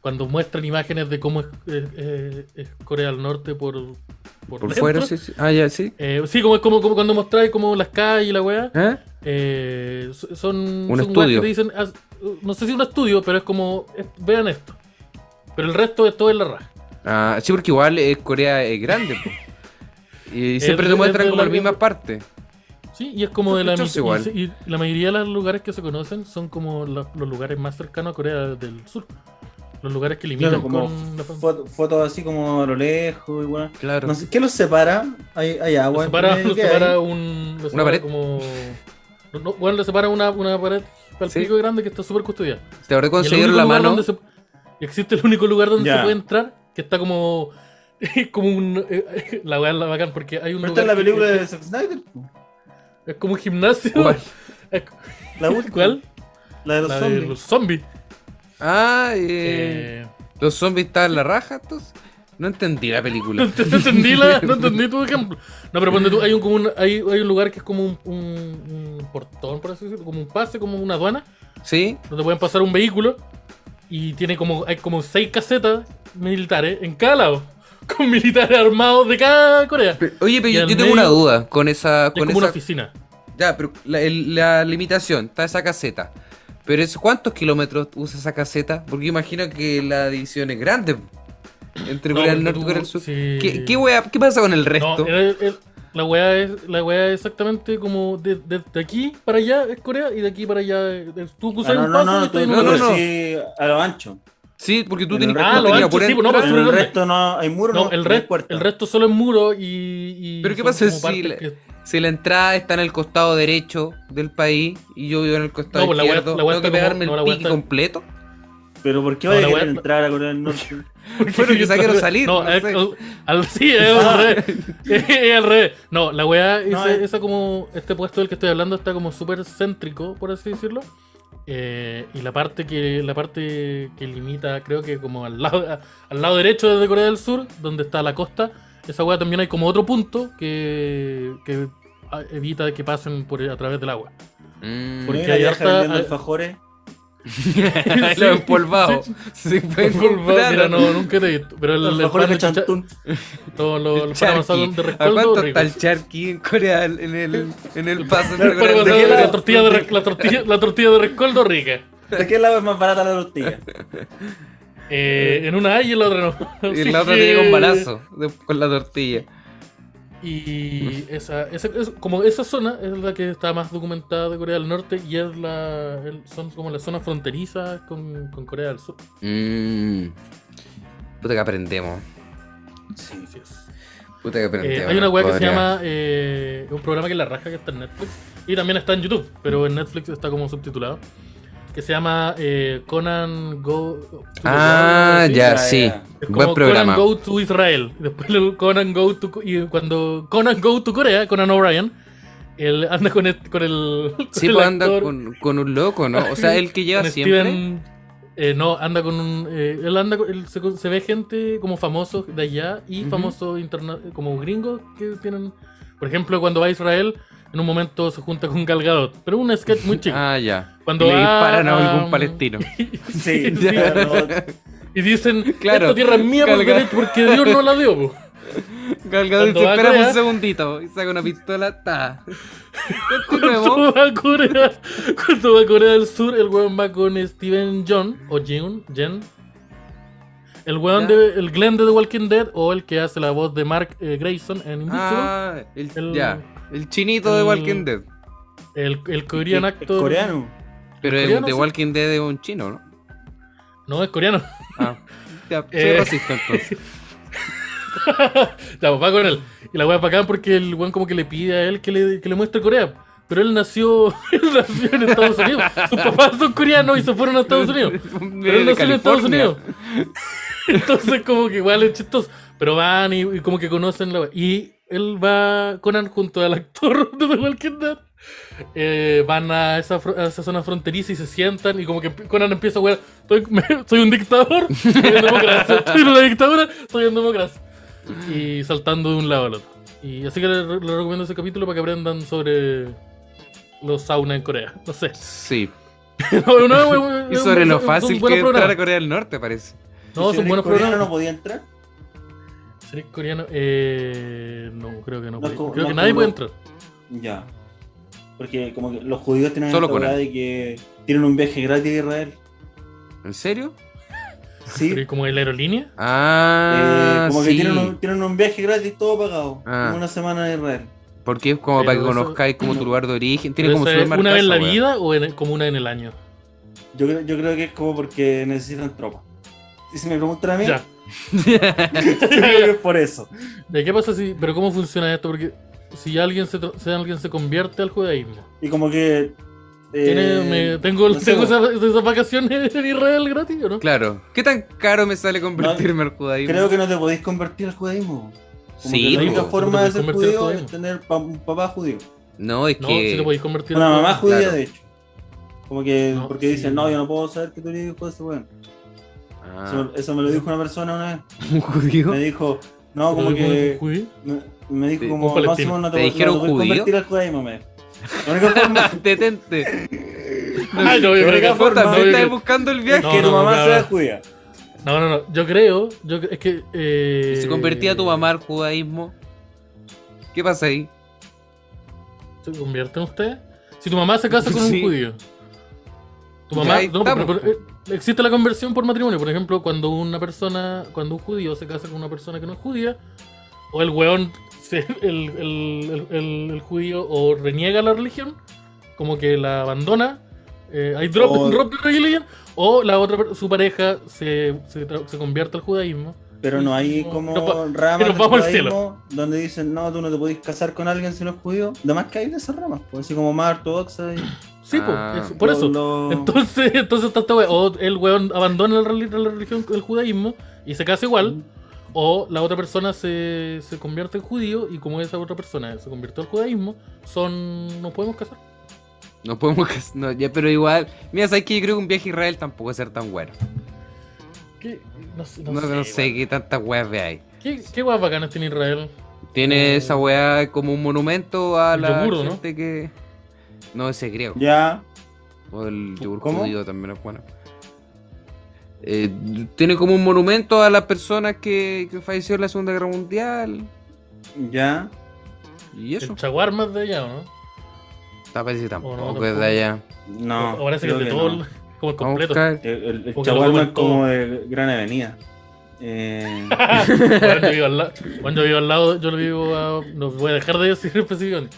cuando muestran imágenes de cómo es, eh, eh, es Corea del Norte por,
Por
por, dentro,
fuera, sí, sí. Ah, ya, sí.
eh, sí, como, como, como cuando mostráis como las calles y la wea.
¿Eh?
Eh, so- son
Un
son weas
estudio.
que te dicen, haz- no sé si un estudio, pero es como, es- vean esto. Pero el resto de todo es la raja.
Ah, sí, porque igual eh, Corea es grande. po. Y
Es
siempre
de-
te
es
muestran
de
como
la
las mismas
misma-
partes.
Sí, y es como de la,
Sospechoso
y-
igual.
y, y la mayoría de los lugares que se conocen son como la- los lugares más cercanos a Corea del Sur. Los lugares que limitan
Claro, como
con la fam-
foto- fotos así como a lo lejos y bueno.
Claro.
No sé, ¿Qué los separa? Hay, hay
Los
agua.
separa,
entre medio,
los
¿qué
separa
hay?
un. los
Una
separa
pared.
Como, no, no, bueno, los separa una, una pared al
Sí.
pico grande que está súper custodiada.
Te habré
Y el único
conseguido la
lugar
mano.
donde se- existe el único lugar donde
Ya.
se puede entrar, que está como. como un. eh, la weá es la bacán, porque hay un.
Pero esta
lugar
es la película
que-
de Zack Snyder. po.
Es como un gimnasio.
¿Cuál?
Es-
La última.
¿Cuál?
La de los
La de
zombies.
los zombies.
Ah, eh,
Eh,
los zombies están en la raja, entonces. No entendí la película.
No, ent- no entendí, la- no entendí tu ejemplo. No, pero ponte tú, hay un, como un- hay, hay un lugar que es como un, un- un portón, por así decirlo, como un pase, como una aduana,
¿Sí?
donde pueden pasar un vehículo y tiene como, hay como seis casetas militares en cada lado, con militares armados de cada Corea.
Pero- oye, pero
Y
yo,
al
yo tengo una
medio-
duda con esa.
Es
Con
como
esa
una oficina.
ya, pero la, el- la limitación, está esa caseta. Pero es, ¿cuántos kilómetros usa esa caseta? Porque imagino que la división es grande. Entre
No,
Corea del
porque
Norte y
tú-
Corea del Sur.
sí.
¿Qué, qué wea- qué pasa con el
No, eh,
resto?
era- era- la weá es, la weá es exactamente como de, de- de aquí para allá es Corea y de aquí para allá es- tú
Ah,
cruzas
no,
un
no,
paso y
no,
estás
tú,
en
no,
tú
no,
una Corea.
no.
decís a lo Ah, ancho.
Sí, porque tú
El
tenías
resto-
tú
Ah, lo
tenías
ancho,
por
sí,
entrar.
pues, no,
Pero
pero
el
no-
resto no, hay muro, no,
No, el,
no hay
red-
puerta.
el resto solo es muro y. y
Pero ¿qué
son
pasa
como
si
partes
le-
que-
Si la entrada está en el costado derecho del país y yo vivo en el costado
No, pues la wea-
izquierdo,
la wea
¿tengo que
está como-
pegarme
no, la
el
wea
pique
está-
completo?
Pero ¿por qué
No,
voy
la
a querer
wea-
entrar a Corea del Norte?
Bueno, quizá quiero salir,
No,
no
es-
sé. Ah.
al, al- sí, es al revés. Es al revés. No, la weá,
No, eh.
ese-
es-
esa como. Este puesto del que estoy hablando está como súper céntrico, por así decirlo. Eh, y la parte que la parte que limita, creo que como al lado, a- al lado derecho desde Corea del Sur, donde está la costa, esa weá también hay como otro punto que, que ah, evita que pasen por a través del agua.
Mm.
Porque
Porque hay
hay
vieja
harta-
vendiendo
hay-
alfajores.
Sí,
Lo empolvado.
sí.
Se puede
Mira,
comprar.
no, nunca te he visto. Pero el, el
Alfajores
pan
de
de chacha-
chantún.
Lo, lo,
El
lo para avanzar
charqui.
de
¿A
rescoldo,
cuánto
rico.
está el charqui en Corea del- en el, en el paso entre
Para
Corea del
avanzar
Norte?
de
lado?
la tortilla de re- la tortilla, la tortilla de rescoldo rica.
¿De qué lado es más barata la tortilla?
Eh, en una hay y en la otra no.
Y
Así
la otra
que-
te llega un balazo de- con la tortilla.
Y esa, esa- es- como esa zona es la que está más documentada de Corea del Norte y es la el- son como las zonas fronterizas con, con Corea del Sur.
Mm. Puta que aprendemos.
Sí, sí es.
Puta que aprendemos.
Eh, hay una weá que se
Corea.
llama eh, un programa que es la raja que está en Netflix y también está en YouTube, pero en Netflix está como subtitulado. Que se llama eh, Conan Go.
Ah,
Sí,
ya,
Ya,
sí.
ya.
Es como
Buen programa.
Conan Go to Israel. Y Después el Conan Go to. Y cuando Conan Go to Corea, Conan O'Brien, él anda con el. Con el
Sí,
el
pues anda
actor,
con, con un loco, ¿no? O sea, el que lleva
con
siempre.
Steven- eh, no, anda con un. eh, él anda con- él se, con- se ve gente como famosos de allá y
Ujú.
famosos interna- como gringos que tienen. Por ejemplo, cuando va a Israel, en un momento se junta con Gal Gadot. Pero un sketch muy chico.
Ah, ya.
Cuando
Y le
va,
disparan a algún
um,
palestino.
Sí,
Sí, ya, no,
Y dicen:
Claro.
Esta tierra es mía por
Gal Gadot.
derecho, porque Dios no la dio. po".
Galgado dice,
Cuando va a
espérame un
Corea-
segundito. Y saca una pistola, ta. Continuemos.
Cuando va, a Corea, cuando va a Corea del Sur, el weón va con Steven John o Jun, Jen. El weón
Ya.
de el Glenn de The Walking Dead o el que hace la voz de Mark eh, Grayson en Invincible.
Ah, el,
El-
ya. El chinito de
el-
Walking Dead.
El, el corean
es
actor.
coreano.
Pero el
coreano,
de
sí.
Walking Dead es un chino, ¿no?
No, es coreano.
Ah, ya, soy
Eh.
racista entonces.
Ya, pues, va con él. Y la weá para acá porque el weón como que le pide a él que le, que le muestre Corea. Pero él nació, él nació en Estados Unidos. Sus papás son coreanos y se fueron a Estados Unidos. Pero
Viene
él
de
nació en Estados
California.
Unidos. Entonces, como que igual es chistoso. Pero van y, y como que conocen la. Y él va, Conan, junto al actor de The Walking Dead. eh, van a esa, fro- a esa zona fronteriza y se sientan. Y como que Conan empieza a wear: Soy, me- soy un dictador, soy un demócrata, soy una dictadura, soy un demócrata. Y saltando de un lado al otro. Y así que le, le recomiendo ese capítulo para que aprendan sobre los saunas en Corea. No sé.
Sí.
No, no, es-
Y
es-
sobre lo
son
fácil que
buenos
es entrar
programas.
a Corea del Norte, parece.
No,
Si
son
eres
buenos
coreano,
programas.
no podía entrar.
¿Sería coreano? Eh, no, creo que no.
No,
puede.
como-
creo
no,
que nadie
como-
puede entrar.
Ya. Porque como que los judíos tienen
Solo
esta
Conan.
weá de que tienen un viaje gratis a Israel.
¿En serio?
Sí.
Pero ¿y como de la aerolínea.
Ah,
Eh, como que
sí.
tienen un, tienen un viaje gratis todo pagado.
Ah.
Como una semana en Israel.
Porque es como para que
Pero eso-
conozcáis como tu lugar de origen. Tiene
Pero
como su
esa es
lugar
¿Una vez en la
marcado, weón.
vida o en- como una en el año?
Yo, creo- yo creo que es como porque necesitan tropa. Y si me preguntan a mí,
Ya.
yo creo que es por eso.
¿De qué pasa si.? ¿Pero cómo funciona esto? Porque si alguien se, tro- si alguien se convierte al judaísmo.
Y como que... eh,
¿tiene- me- ¿Tengo,
no sé,
tengo
weón.
esas, esas vacaciones en Israel gratis o no?
Claro. ¿Qué tan caro me sale convertirme al judaísmo?
Creo que no te podéis convertir al judaísmo. Como
Sí,
que la única
po.
forma de ser
Convertir al
judío es
judaísmo.
tener pa- un papá judío.
No, es
No,
que.
si te podéis convertir.
Una
en-
mamá judía,
Claro.
de hecho. Como que
No,
porque
sí.
dicen, no, yo no puedo saber que tú eres hijo de ese weón.
Ah,
Eso, eso me lo dijo una persona una vez.
¿Un judío?
Me dijo, no, como
¿Algún
que.
judío?
Me, me dijo
Sí,
un
como,
palestino.
Máximo, no te,
¿Te
no
dijeron
puedes
judío?
convertir al judaísmo, me dijo. La única forma
Detente.
Ay, no, yo
Pero
creo que-
acá
Vos
forma-
Ah, no, yo
también estás
creo-
buscando el
es
viaje.
No,
que tu
no,
mamá
no,
sea
no.
judía.
No, no, no. Yo creo. Yo, es que.
Si
Eh,
se convertía tu mamá al judaísmo, ¿qué pasa ahí?
¿Se convierte en usted? Si tu mamá se casa con
Sí.
un judío. Tu
Ya
mamá.
ahí
no, pero-
estamos,
pero, eh, existe la conversión por matrimonio. Por ejemplo, cuando una persona. Cuando un judío se casa con una persona que no es judía. O el weón. se- el, el- el- el- el judío. O reniega la religión. Como que la abandona. eh, hay drop,
O-
drop the religion. O la otra, per- su pareja se, se, tra- se convierte al judaísmo.
Pero no hay
No,
como
nos va- que nos
ramas del
vamos al
judaísmo donde dicen, no, tú no te podés casar con alguien si no es judío. Además que hay de esas ramas, pues así como más ortodoxa. y-
Sí,
Ah.
po, es- por
lo-
eso.
lo-
Entonces, entonces está esta wea. O el weón abandona la, reli- la religión, el judaísmo, y se casa igual. O la otra persona se, se convierte en judío, y como esa otra persona se convirtió al judaísmo, son. Nos podemos casar.
No podemos. cas- No, ya, pero igual. Mira, sabes que yo creo que un viaje a Israel tampoco va a ser tan bueno.
¿Qué? No, sé-
No,
no sé.
no sé
weón.
qué tantas weas ve ahí.
¿Qué, qué weas bacanas tiene Israel?
Tiene
Eh,
esa weá como un monumento a
el
la
yogur, ¿no?
gente que. No, ese es griego.
Ya,
O el yogur
¿Cómo?
judío también es bueno. Eh, tiene como un monumento a las personas que, que falleció en la Segunda Guerra Mundial.
ya.
Y eso.
El chaguar más de allá, ¿o ¿no?
Está parece que tampoco,
tampoco.
es de allá.
No.
O parece que
creo
es de
que
todo
no.
el- como el
Vamos a
completo.
buscar.
El, el, el
Porque lo
chaguarma
ocupan
es como
todo.
de Gran Avenida. Eh,
Weón, yo vivo al lado. weón, yo vivo al lado, yo lo vivo a. No voy a dejar de decir especificaciones.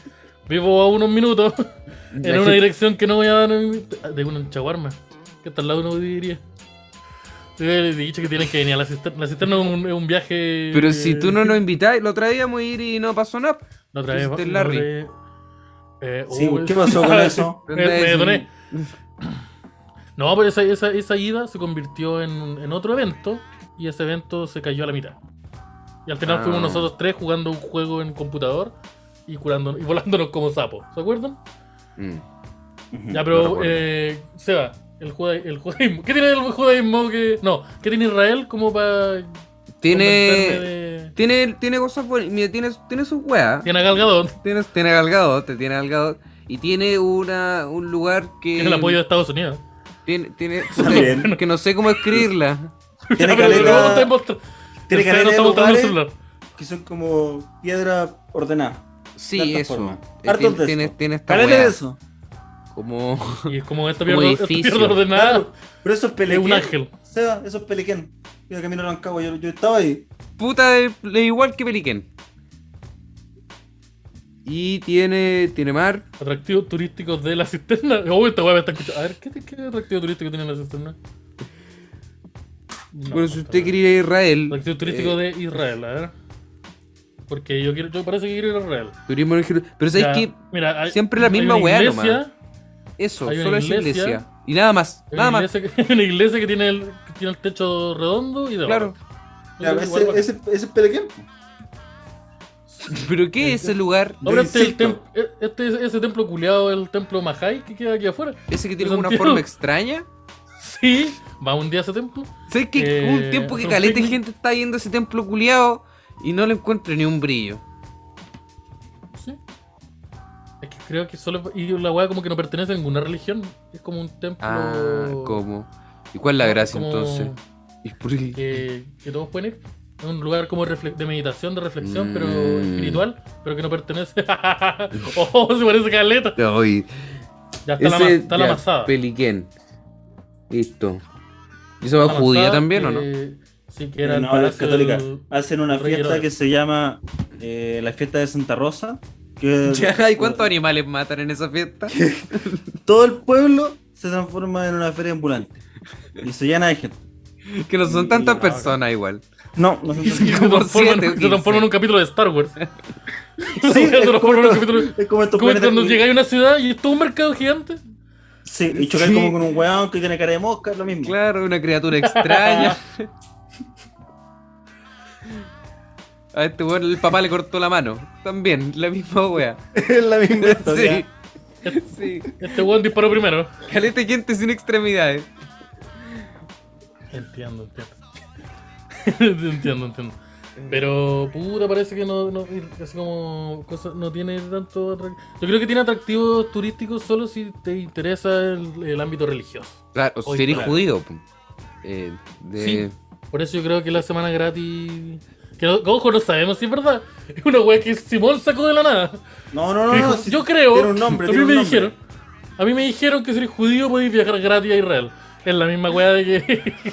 Vivo a unos minutos.
La
En una
gente-
dirección que no voy a dar en mi- de un chaguarma. Que está al lado de una diría. Yo he dicho que tienen que venir a la cisterna. La cisterna es un, es un viaje.
Pero si tú no nos invitás, lo traíamos a ir y no pasó nada.
No traes.
hiciste el
no
Larry.
traes- Eh,
sí,
uy.
¿Qué pasó con eso?
Me- me detoné. No, pero esa, esa, esa ida se convirtió en, en otro evento. Y ese evento se cayó a la mitad. Y al final
Ah.
fuimos nosotros tres jugando un juego en computador. Y, curando, y volándonos como sapos. ¿Se acuerdan?
Mm.
Ya,
No
pero,
recuerdo.
eh, Seba, el, juda- el judaísmo. ¿Qué tiene el judaísmo que.? eh? No, ¿qué tiene Israel como para.
Tiene, tiene, tiene cosas buenas. Mira, tiene, tiene sus weas.
Tiene a Gal Gadot,
Tiene, tiene galgado, te tiene galgado. Y tiene una, un lugar que.
que es el apoyo de Estados Unidos.
Tiene, tiene,
También.
que no sé cómo escribirla.
Tiene
Ya, pero
caleta-
no está mostra-
Tiene
el Seba no
caleta de
está mostrando el
lugares
celular.
que son como piedra ordenada. De
Sí,
harta
eso.
forma.
Eh,
Hartos
Tiene,
de
tiene,
eso.
tiene esta
Caleta de
wea.
eso.
Como.
Y es como esta
Como
mierda, esta
edificio.
mierda ordenada.
Claro, pero eso es
Es
pelequén.
un ángel.
Seba, eso es pelequén. Yo camino a Rancagua, yo, yo estaba ahí.
Puta, es igual que Peliquen. Y tiene, tiene mar.
Atractivos turísticos de la cisterna. Uy, esta weá me está escuchando. A ver, ¿qué, qué atractivo turístico tiene la cisterna? No,
bueno,
no
si
está
usted
bien.
quiere ir a Israel.
Atractivo turístico
eh,
de Israel, a ver. Porque yo quiero, yo parece que quiero ir a Israel.
turismo en Jeru- Pero sabes
Ya,
Pues que
mira, hay-
siempre la
hay
misma
una
weá
iglesia,
nomás. eso,
hay una
solo es iglesia.
iglesia.
Y nada más,
hay
nada
una
más.
iglesia, que, hay una iglesia que tiene el, que tiene el techo redondo y de oro.
Claro.
Ya,
Yo creo que igual
ese,
bacán.
ese, ese es pelequén.
¿Pero qué es ese lugar?
yo
Ahora este, el
insisto.
tem- e- este- ese templo culiado, el templo Mahai que queda aquí afuera.
¿Ese que tiene
Pero
una
Santiago-
forma extraña?
Sí, va un día a ese templo.
¿Sabes que
Eh,
un tiempo que
un
caleta de
picnic.
gente está viendo ese templo culiado y no le encuentro ni un brillo?
Sí. Es que creo que solo. Y la weá como que no pertenece a ninguna religión. Es como un templo.
Ah, ¿cómo? ¿Y cuál es la gracia
como
entonces? ¿Y por qué?
Que, que todos pueden ir. Es un lugar como refle- de meditación, de reflexión, pero
Mm.
espiritual, pero que no pertenece. oh, se parece caleta.
Te oí.
Ya está, la, ma- está la
ya,
masada.
Peliquén. Listo. ¿Y eso va
La
judía
masada
también o no?
que- Sí, que era el
no, es
palacio
católica.
del-
Hacen una
del rey
fiesta
Herodes.
que se llama eh, la fiesta de Santa Rosa. Que
Ya, ¿Y cuántos animales matan en esa fiesta?
Todo el pueblo se transforma en una feria ambulante. Y se llena de gente.
Que no son tantas
No,
personas igual.
No, no son
Y se
Como
transforma en-
siete,
se transforma en
quince.
un capítulo de Star Wars.
Sí,
Se
es
transforma en un capítulo.
Es como estos
Como cuando
planetas-
llegáis a una ciudad y es todo un mercado gigante.
Sí, y chocar
Sí.
como con un weón que tiene cara de mosca, es lo mismo.
Claro, una criatura extraña. A este weón el papá le cortó la mano. También, la misma wea.
es la misma historia.
Sí. Sí.
Este weón disparó primero.
Caleta de gente sin extremidades.
Entiendo, entiendo. entiendo, entiendo. Pero puta, parece que no, no así como cosa- no tiene tanto atrac- Yo creo que tiene atractivos turísticos solo si te interesa el, el ámbito religioso.
Claro,
Hoy,
si eres
claro.
judío. pu. Eh, de-
Sí. Por eso yo creo que la semana gratis. Que no- ojo, no sabemos si es verdad. Es una wea que Simón sacó de la nada.
No, no, no. no, sí,
yo creo.
Tiene un nombre,
a mí
tiene un
me
nombre.
dijeron. A mí me dijeron que si eres judío podéis viajar gratis a Israel. Es la misma wea de que.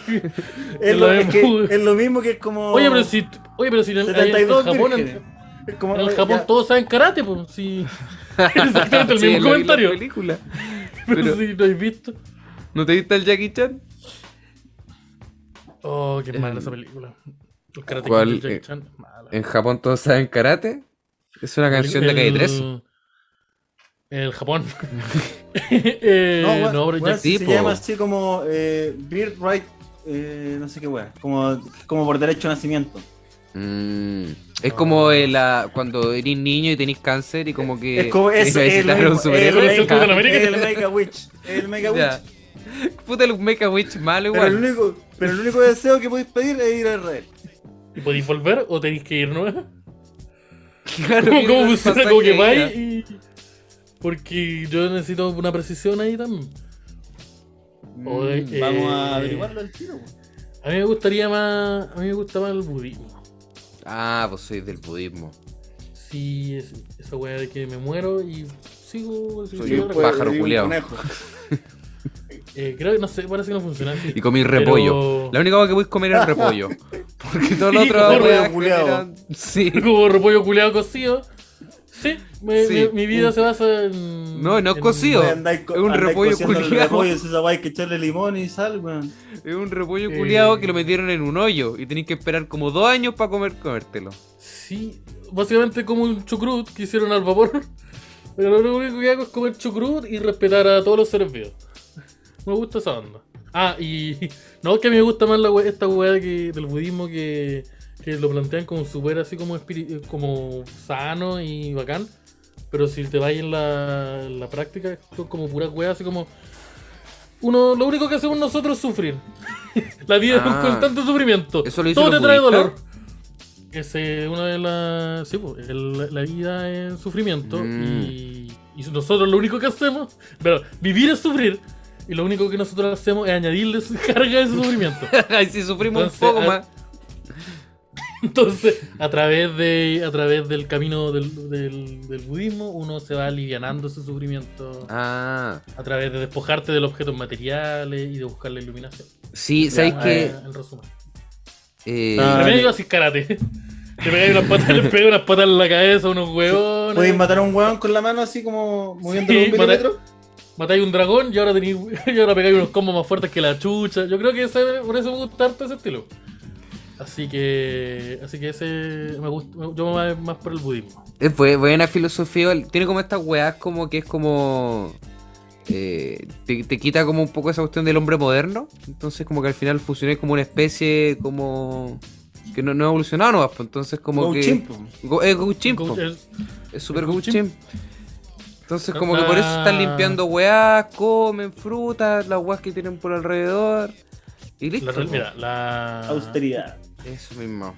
Es
es
lo,
la
es,
misma
que,
wea.
es lo mismo que es como.
Oye, pero si. Oye, pero si en- en,
72
Japón. en-
vírgenes. Es como- eh,
En el Japón
ya.
todos saben karate, pues. Sí. Exactamente el
Sí, lo
mismo
vi en la
comentario.
película.
Pero,
Pero-
si lo habéis visto.
¿No te viste el Jackie Chan?
Oh, qué mala
Eh,
esa película. El karate
¿cuál,
Kid de Jackie
eh,
Chan, mala.
En Japón todos saben karate. Es una canción de Calle 3.
El Japón. Eh,
No, weón,
no, pero
weón,
Jack-
sí,
se
po.
llama así como eh, Bird Right, eh, no sé qué wea, como, como por derecho de nacimiento.
Mm, es
No,
como
no
eh, la, cuando eres niño y tenés cáncer y como que
es como
querés
eso, es lo
necesitar un
mismo, es el,
superhéroe.
Eso es como
Mega-
en América.
es el Mega Witch, es el Mega
Ya.
Witch.
Puta, el Mecha Witch malo
Pero el,
igual.
único, pero el único deseo que podéis pedir es ir a Israel.
¿Y podéis volver o tenéis que ir nueva?
Claro,
¿Cómo, cómo
mira,
funciona?
pasaje
Como que
ahí,
vais
ya.
y. Porque yo necesito una precisión ahí también. Oye,
Mm, Vamos a
eh,
averiguarlo al tiro. pues. weón.
A mí me gustaría más. A mí me gusta más el budismo.
Ah, vos sois del budismo.
Sí, es- esa weá de que me muero y sigo. el
Soy
siglo
un
de la-
pájaro
Soy un
culiao.
conejo.
Eh, creo que no sé, parece que no funciona así.
Y comí
Pero-
repollo. La única cosa que podéis comer es repollo. Porque todo lo
Sí,
otro
gordo,
weas
culiao.
generan- Sí.
Como repollo culeado cocido. Sí, me-
Sí.
me- mi vida se basa en.
No, no es
en-
cocido.
Oye, andáis co-
Es un
andáis
repollo
cociendo el
culiao.
repollo, es esa guay que echarle limón y sal, weón.
Es un repollo
Eh.
culiado que lo metieron en un hoyo y tenéis que esperar como dos años para comer comértelo.
Sí, básicamente como un chucrut que hicieron al vapor. Pero lo único que hago es comer chucrut y respetar a todos los seres vivos. Me gusta esa onda. Ah, y. No, que a mí me gusta más la we- esta weá de que- del budismo que, que lo plantean como super así como, espiri- como sano y bacán. Pero si te vas en la, en la práctica, esto es como pura weá, así como. Uno, lo único que hacemos nosotros es sufrir. la vida es un
Ah.
constante sufrimiento.
¿Eso lo dicen
Todo te
los
trae
budistas?
dolor. Es eh, una de las. Sí, pues, el- la vida es sufrimiento.
Mm.
Y, y nosotros lo único que hacemos. Pero vivir es sufrir. Y lo único que nosotros hacemos es añadirle su carga a ese sufrimiento.
Ay, si sufrimos
Entonces,
un poco
a-
más.
Entonces, a través de a través del camino del, del- del budismo, uno se va alivianando ese sufrimiento.
Ah,
A través de despojarte de los objetos materiales y de buscar la iluminación.
sí, sabéis
Ya,
que.
Ah, en resumen.
eh,
Ah,
Remedio así karate. Te pegáis unas patas, le pegáis unas patas en la cabeza a unos huevones.
Podéis matar a un weón con la mano así como moviéndolo
eh. Sí,
un
matar-
milímetro.
Matáis un dragón y ahora tenéis y ahora pegáis unos combos más fuertes que la chucha. Yo creo que ese- por eso me gusta harto ese estilo. Así que. Así que ese. Me gusta, yo me voy más por el budismo.
Es bu- buena filosofía. igual. Tiene como estas weas como que es como. eh, te, te quita como un poco esa cuestión del hombre moderno. Entonces, como que al final fusioné como una especie como. que no, no ha evolucionado nomás. pues, Entonces, como
Como
que.
chimp.
pues.
Go- es Go Chimp, po.
Coach, es-
Es super
es Go
Go
Chimp.
Chimp. Entonces, como que por eso están
Ah.
limpiando weas, comen frutas, las weas que tienen por alrededor. Y listo.
la real-
po.
mira, la.
Austeridad.
Eso mismo.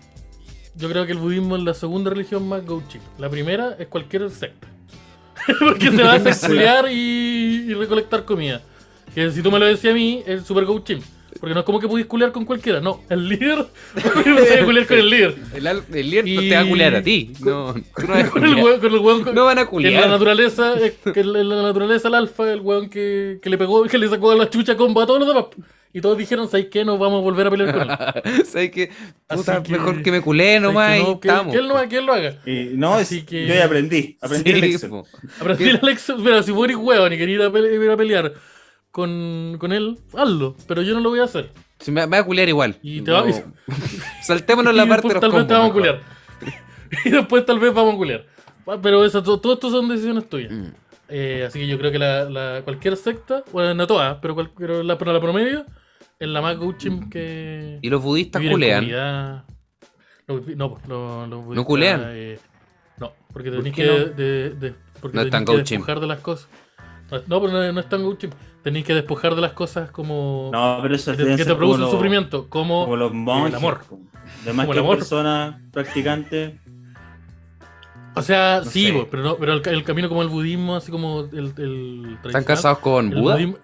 Yo creo que el budismo es la segunda religión más gauchita. La primera es cualquier secta. Porque se va a sexulear y, y recolectar comida. Que si tú me lo decías a mí, es super gauchim. Porque no es como que pudiste culiar con cualquiera. No, el líder. Puedes culiar con el líder.
El, al- el líder
Y-
te va a culear a ti. No, tú no vas a
Con el
culear.
hueón. Con el hueón con-
No van a
que en la
culear.
naturaleza, es- que en la- en la naturaleza el alfa, el hueón que, que le pegó, que le sacó a la chucha comba a todos los demás. Y todos dijeron, ¿sabes qué? Nos vamos a volver a pelear con él.
¿Sabes qué?
Así
Puta,
que-
mejor que me culé
¿Sabes
nomás
qué?
y
No, que,
estamos.
que él no, que él lo haga.
Y no,
Eh, Así
es-
que-
yo ya aprendí. Aprendí
Sí,
la lección.
po.
Aprendí la lección. Mira, si fueres hueón y querías ir a, pele- ir a pelear con, con él, hazlo. Pero yo no lo voy a hacer.
Si me, me va a culear igual.
Y te va-
No. Saltémonos
y
la parte de
después
los
tal vez
combos.
te vamos a
mejor.
culiar. y después tal vez vamos a culiar. Ah, Pero eso, to- todo esto son decisiones tuyas.
Mm.
Eh, así que yo creo que la, la- cualquier secta, bueno, no todas, pero, cual- pero la, pero la promedio es la más gauchim que.
Y los budistas
vivir en
culean.
comunidad. Los bu- no, pues, los- los budistas,
culean?
eh, no, porque
¿Por
tenés
qué
que,
no?
de- de- porque
No es
tenés
tan
que
gauchim.
despojar de las cosas. No, pero no, no es tan gauchim. Tenéis que despojar de las cosas como.
No, pero eso
que
deben
te, que te
ser
producen
como los-
sufrimiento, como.
Como los monjes.
amor.
como- Además
Como
que
el
hay
amor.
personas practicantes.
o sea,
no
sí,
sé.
po, pero, no- pero el, el camino como el budismo, así como el. el
¿Están
tradicional,
casados con
el
Buda?
budismo-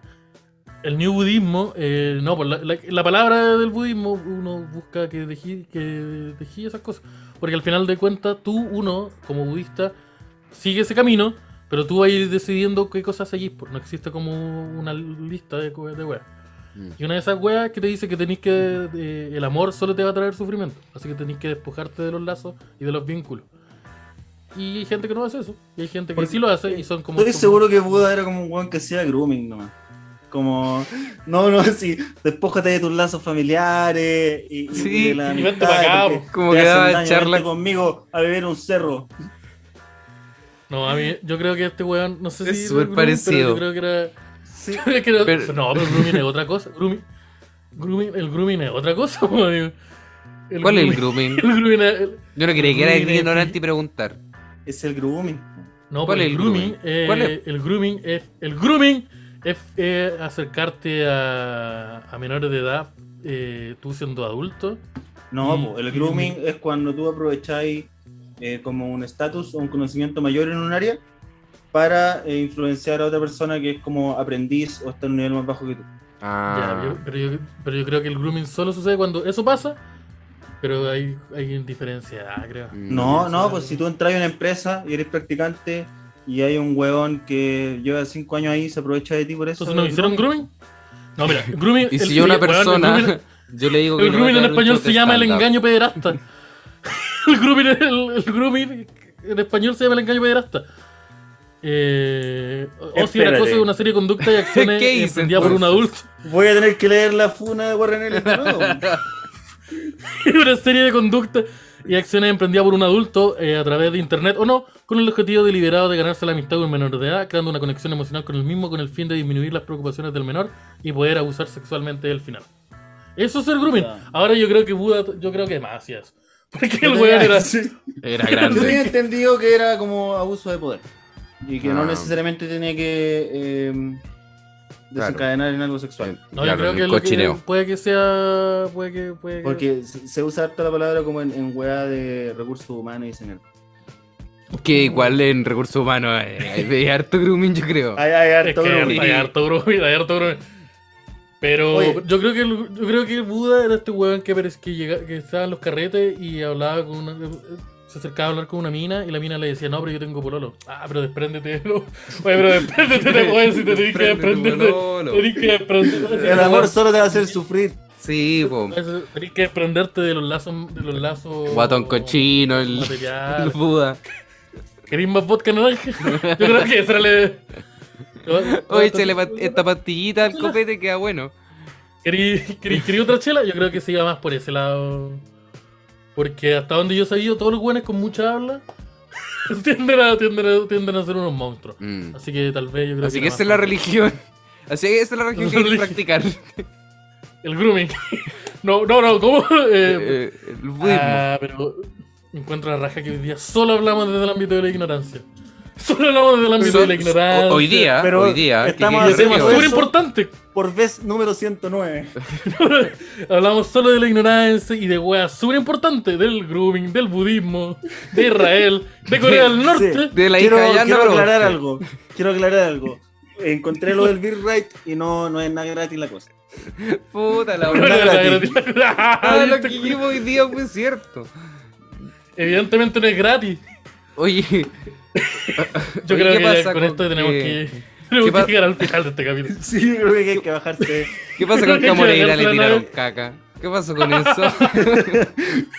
el new budismo, eh, no, pues la, la- la palabra del budismo uno busca que dejí, que dejí esas cosas. Porque al final de cuentas, tú, uno, como budista, sigue ese camino, pero tú vas a ir decidiendo qué cosas seguís. Por. No existe como una lista de, co- de weas.
Mm.
Y una de esas weas que te dice que tenés que. eh, el amor solo te va a traer sufrimiento. Así que tenés que despojarte de los lazos y de los vínculos. Y hay gente que no hace eso. Y hay gente que
Porque-
sí lo hace y son como.
Estoy
como-
seguro que Buda era como un weón que hacía grooming nomás. Como, no, no, sí, despójate de tus lazos familiares y, y
Sí,
de la
y vente pa' acá,
amistad,
po.
Como
te
que
hacen
daba
daño,
charla-
vente conmigo a beber un cerro.
No, a mí, yo creo que este weón, no sé
Es
si.
súper
era Grumi,
parecido.
Pero yo creo que era.
Sí,
creo que era-
Pero-
No, pero grooming es otra cosa. Grooming, grooming- el grooming es otra cosa, po, amigo. El
¿Cuál es el
grooming-
grooming?
el grooming es- el-
Yo no creía que era
grooming es-
ignorante y preguntar.
es el grooming.
No,
¿Cuál
pero
es
el
el
grooming.
grooming?
eh,
¿Cuál es?
El grooming es. El grooming es eh, acercarte a, a menores de edad, eh, tú siendo adulto.
No,
Y-
po, el
y-
grooming es cuando tú aprovecháis eh, como un estatus o un conocimiento mayor en un área para eh, influenciar a otra persona que es como aprendiz o está en un nivel más bajo que
Mm,
tú.
Ah,
Ya, yo- pero, yo, pero yo creo que el grooming solo sucede cuando eso pasa, pero hay, hay indiferencia de edad, creo.
mm.
No,
Mm.
no, pues si tú entras a una empresa y eres practicante y hay un huevón que lleva cinco años ahí y se aprovecha de ti por eso.
Entonces, ¿no hicieron grooming? No, mira, grooming.
Y
el-
si yo a una
weón, el
persona,
grooming-
yo le digo que
El
le voy a
grooming en
dar un
español
shot de
se llama el
stand-up.
engaño pederasta. El grooming, el, el grooming en español se llama el engaño pederasta. Eh, o si era
Espérate.
cosa de una serie de conductas y acciones
¿Qué hice,
emprendida por un adulto.
entonces?
Voy a tener que leer la funa de Warren Ellis de nuevo.
una serie de conductas y acciones emprendidas por un adulto eh, a través de internet o no, con el objetivo deliberado de ganarse la amistad de un menor de edad, creando una conexión emocional con el mismo con el fin de disminuir las preocupaciones del menor y poder abusar sexualmente del final. Eso es el grooming.
Ya.
Ahora yo creo que Buda, yo creo que más hacía eso. Porque el
Yo
weón
tenía-
era.
sí.
Era
Yo tenía
grande.
entendido que era como abuso de poder y que no
Ah.
necesariamente tenía que eh, desencadenar en algo sexual.
No,
Claro,
yo creo
el
que, lo que-
cochineo.
puede que sea. Puede que. Puede que-
Porque se se usa harta la palabra como en, en weá de recursos humanos y señal.
Que igual en recursos humanos eh, hay de harto grooming, yo creo.
Ay, ay,
Es que
harto
hay
grooming.
hay harto grooming, hay harto grooming. Pero
Oye.
yo creo que el- yo creo que el Buda era este weón que, parece que, llega- que estaba en los carretes y hablaba con una, se acercaba a hablar con una mina y la mina le decía, no, pero yo tengo pololo. Ah, pero despréndete. de lo- Oye, pero despréndete, te weón, si te tenés que
Despréndete,
desprender.
pololo.
Tenés que desprenderte.
El amor solo te va a hacer sufrir.
Sí, po.
Tenés que desprenderte de los lazos. De los lazos
Guatón cochino, el, el
materiales.
Buda.
¿Queréis más vodka naranja? Yo creo que esa le...
Oye, échale pa- eh, esta pastillita al copete, queda bueno.
¿Querí, querí- querí otra chela? Yo creo que se iba más por ese lado. Porque hasta donde yo he sabido, todos los buenos con mucha habla tienden a, tienden, a, tienden a ser unos monstruos.
Mm.
Así que tal vez yo creo
Así
que.
que
era
esa es
más
la religión. Así que esa es la religión que hay que practicar.
por- El grooming. no, no, no, ¿cómo? Eh,
Eh, el budismo.
ah, pero encuentro la raja que hoy día solo hablamos desde el ámbito de la ignorancia. Solo hablamos desde el ámbito de
Son-
la ignorancia.
hoy día,
pero
hoy día. que-
estamos
que-
Y
que-
tema
haciendo
súper
que-
importante.
Por vez número 109.
Hablamos solo de la ignorancia y de weas súper importantes del grooming, del budismo, de Israel, de Corea del Norte.
de la
quiero,
hija de Jan
quiero
Navarro.
aclarar algo. Quiero aclarar algo. Encontré lo del Bill Right y no, no es nada gratis la cosa.
Puta la
Pero
hora.
era
gratis.
gratis. Ah,
Ah, lo
este
que
cu-
llevo hoy día fue cierto.
Evidentemente no es gratis.
Oye,
Yo
Oye,
creo
¿qué
que ya
pasa
con
con
esto tenemos
que-
que, tenemos
qué
que
pa-
llegar al final de este capítulo.
Sí, yo creo que hay que bajarse.
¿qué pasa con
Yo
que a Moreira
creo
le
que
tiraron
no.
caca? ¿Qué pasó con eso?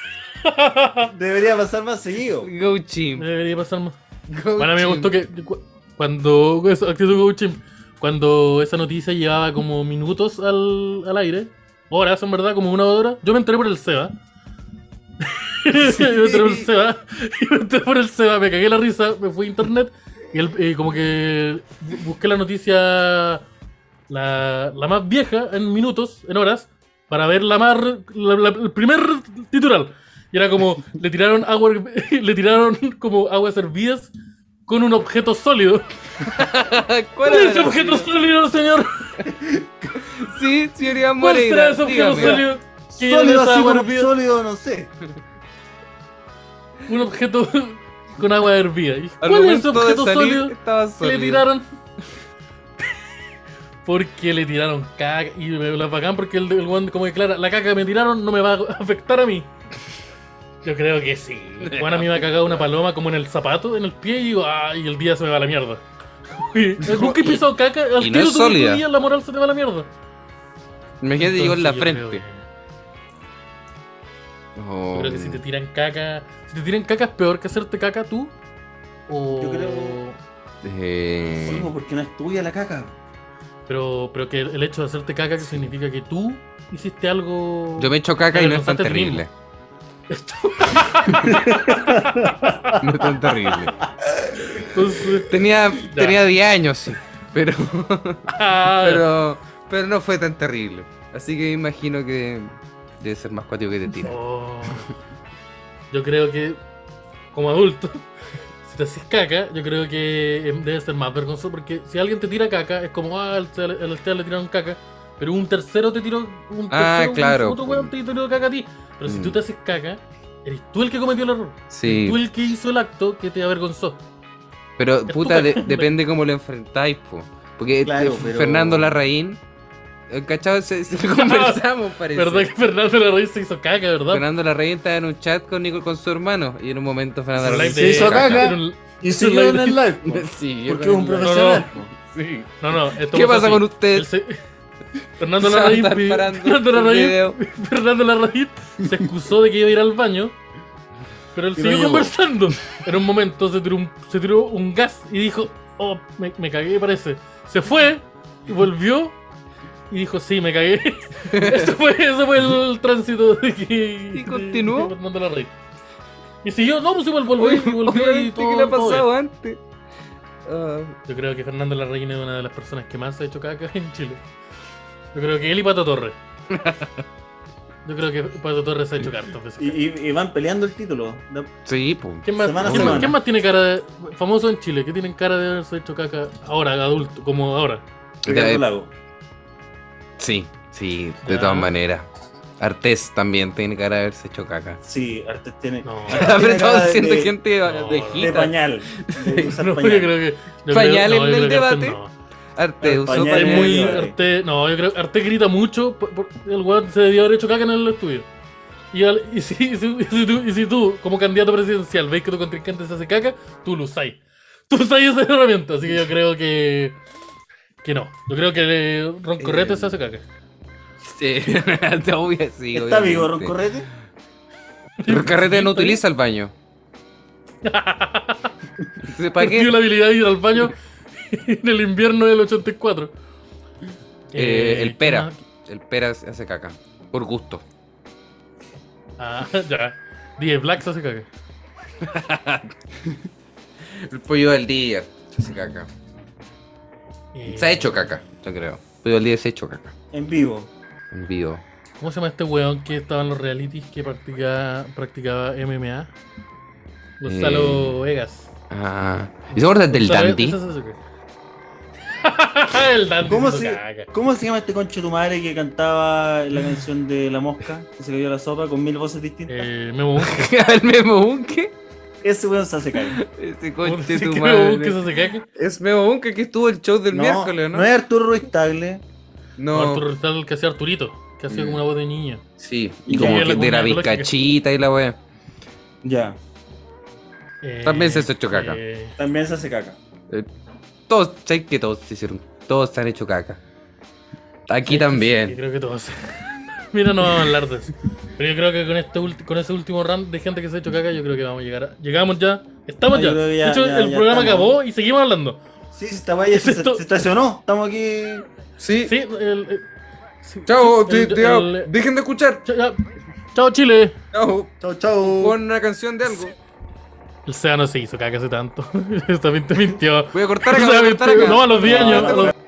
Debería pasar más seguido.
Go chimp.
Debería pasar más.
Go
Bueno, a mí me
chimp.
gustó que cu- cuando eso, actitud coaching, cuando esa noticia llevaba como minutos al, al aire, horas en verdad, como una hora, yo me enteré por el Seba. yo me enteré por el Seba, yo me enteré por el Seba, me cagué la risa, me fui a internet y el- eh, como que bu- busqué la noticia la, la más vieja en minutos, en horas, para ver la más re- la- la- el primer titular. Y era como, le tiraron agua, le tiraron como aguas hervidas con un objeto sólido.
¿Cuál
¿Cuál es ese
era?
objeto sólido, señor?
Sí, señoría
¿Cuál será
Moreira.
ese objeto
dígame.
sólido? Que ya no
Sólido
es
así
agua
como
hervida.
sólido, no sé.
Un objeto con agua hervida. ¿Y
Al
¿Cuál es ese
momento de
objeto
salir,
sólido?
Estaba
que le
sólido.
tiraron. porque le tiraron caca. Y me la bacán porque el, el weón como declara, la caca que me tiraron no me va a afectar a mí. Yo creo que sí. El weón a mí me ha cagado una paloma como en el zapato, en el pie, y digo, ay, el día se me va a la mierda. Y Nunca he
y-
pisado caca, al
y no
tiro
es
tú mismo
sólida.
día la moral se te va a la mierda.
Imagínate, llegó en la
Entonces, yo creo
frente.
que-
Oh, mm,
Yo creo que si te tiran caca. Si te tiran caca es peor que hacerte caca tú. O.
Yo creo-
eh,
Sí, porque no es tuya la caca.
Pero, pero que el hecho de hacerte caca que significa que tú hiciste algo.
Yo me echo caca
Pero
y no es tan
avergonzaste a ti
terrible. no es tan terrible.
Entonces,
Tenía,
Ya.
tenía 10 años, sí. Pero,
ah,
pero, pero no fue tan terrible. Así que imagino que debe ser más cuático que te tira.
oh. Yo creo que, como adulto, si te haces caca, yo creo que eh, debe ser más vergonzoso. Porque si alguien te tira caca, es como, ah, al Esteban al Esteban le tiraron caca. Pero un tercero te tiró. Un tercero,
Ah,
un-
claro.
Otro weón te tiró caca a ti. Pero si
Mm.
tú te haces caca, eres tú el que cometió el error.
Sí,
Tú el que hizo el acto que te avergonzó.
pero
tu
puta, de-
caca.
depende cómo lo enfrentáis, po. Porque este
Claro,
F-
pero-
Fernando Larraín, eh, ¿cachado? Se, se lo conversamos, parece.
¿Verdad que Fernando Larraín se hizo caca, verdad?
Fernando Larraín estaba en un chat con Nico, con su hermano y en un momento Fernando
Hizo
Larraín
live
Se hizo
de-
caca.
en un-
Y siguió en el live. po,
Sí, yo
Porque es
creo
un
que-
profesional. po.
No, no, esto
¿Qué
pasó
pasa
así.
con
El
usted?
se- Fernando
Se va a
Larraín,
estar
pidió-
parando
Fernando
un
Larraín,
este video.
Fernando Larraín se excusó de que iba a ir al baño, pero él
Y no
siguió
llegó.
conversando. En un momento se tiró un, se tiró un gas y dijo, oh, me, me cagué, parece. Se fue, y volvió y dijo, sí, me cagué. eso, fue, eso fue el tránsito de que...
¿Y continuó?
de Fernando Larraín. Y siguió, no, pues igual volvió, y volvió y
Obviamente,
todo,
¿qué le ha
todo bien.
pasado antes? Ah,
Yo creo que Fernando Larraín es una de las personas que más ha hecho caca en Chile. Yo creo que él y Pato Torres. Yo creo que Pato Torres ha hecho caca. dos veces
Y,
caca.
y- y van peleando el título. Da-
sí, pues.
¿Quién más,
Semana a
quién más-
semana.
quién más tiene cara de famoso en Chile? ¿Qué tienen cara de haberse hecho caca ahora, adulto, como ahora?
Ricardo Lago.
Sí, sí, de
Ya.
todas maneras. Artés también tiene cara de haberse hecho caca.
Sí, Artes tiene.
No.
Artes tiene
Pero estamos
cara de-
diciendo
de-
gente de,
No,
de
no.
De
jita.
pañal. De usar
No, yo
pañal.
creo que. yo creo-
Pañal
no,
en
yo
el
creo que Artés
debate.
no.
Arte,
El
usó
pañal
Es
pañal.
muy
Debate.
Arte. No, yo creo que Arte grita mucho. por- por- el weón se debió haber hecho caca en el estudio. Y, al- y si, y si- y si tú, y si tú, como candidato presidencial, veis que tu contrincante se hace caca, tú lo usáis. Tú usáis esa herramienta. Así que yo creo que. Que no. Yo creo que eh, Ron Correte
Eh,
se hace caca.
Sí, está obvio, sí,
¿Está
obviamente.
vivo Roncorrete?
Roncorrete no
Sí, está
utiliza el baño. Entonces, ¿Para
Perdió
qué?
la habilidad de ir al baño en el invierno del 84.
Eh, el
¿qué
pera.
más?
El pera hace caca. Por gusto.
Ah, ya. Die Black se hace caca.
El pollo del día se hace caca. Se ha hecho caca, yo creo. El pollo del día se ha hecho caca.
En vivo.
En vivo.
¿Cómo se llama este weón que estaba en los realities que practicaba, practicaba MMA? Gonzalo Vegas.
Ah. ¿Y se acuerdan del
Gonzalo
Eh, dandy?
Vegas, ese es el- el dandy.
¿Cómo
se
se,
caga.
¿Cómo se llama este concho tu madre que cantaba la canción de La Mosca? Que se cayó la sopa con mil voces distintas.
Eh, Memo Bunke.
¿El memo bunke?
Ese weón se hace caer.
Ese
¿Cómo
coche
se
tu
que Memo Bunke se
madre.
hace caca?
Es memo bunke que estuvo el show del
no,
miércoles, ¿no?
no es Arturo Ruiz Tagle.
No.
No,
Arturo Rizal, el que hacía Arturito, que hacía como una voz de niño.
sí.
Y
Y como
que
que
la
de la
comunidad ecológica.
bizcachita y la wea.
Ya,
Eh,
También se ha hecho caca.
eh,
también se hace caca.
Eh, Todos, sé que todos se hicieron. Todos se han hecho caca. Aquí
Yo
también.
creo que todos. Mira, no vamos a hablar de eso. Pero yo creo que con este ulti- con ese último round de gente que se ha hecho caca, yo creo que vamos a llegar. a- Llegamos ya. Estamos
No,
ya.
yo creo que ya-
De hecho,
ya-
el
ya
programa
estamos.
acabó y seguimos hablando.
Sí, sí, esta valla
¿Es
se,
esto?
se estacionó. Estamos aquí.
Sí.
Sí, el- eh, el- sí,
Chao,
sí,
te-
el-
te- chao.
el-
dejen de escuchar.
chao, chao. Chao, Chile.
Chao.
Chau, chau.
Pon una canción de algo.
El SEA no se hizo caca hace tanto. También te mintió.
Voy a cortar acá.
O sea,
voy a cortar acá.
No, a los 10
No,
años.
no,
a los-
no.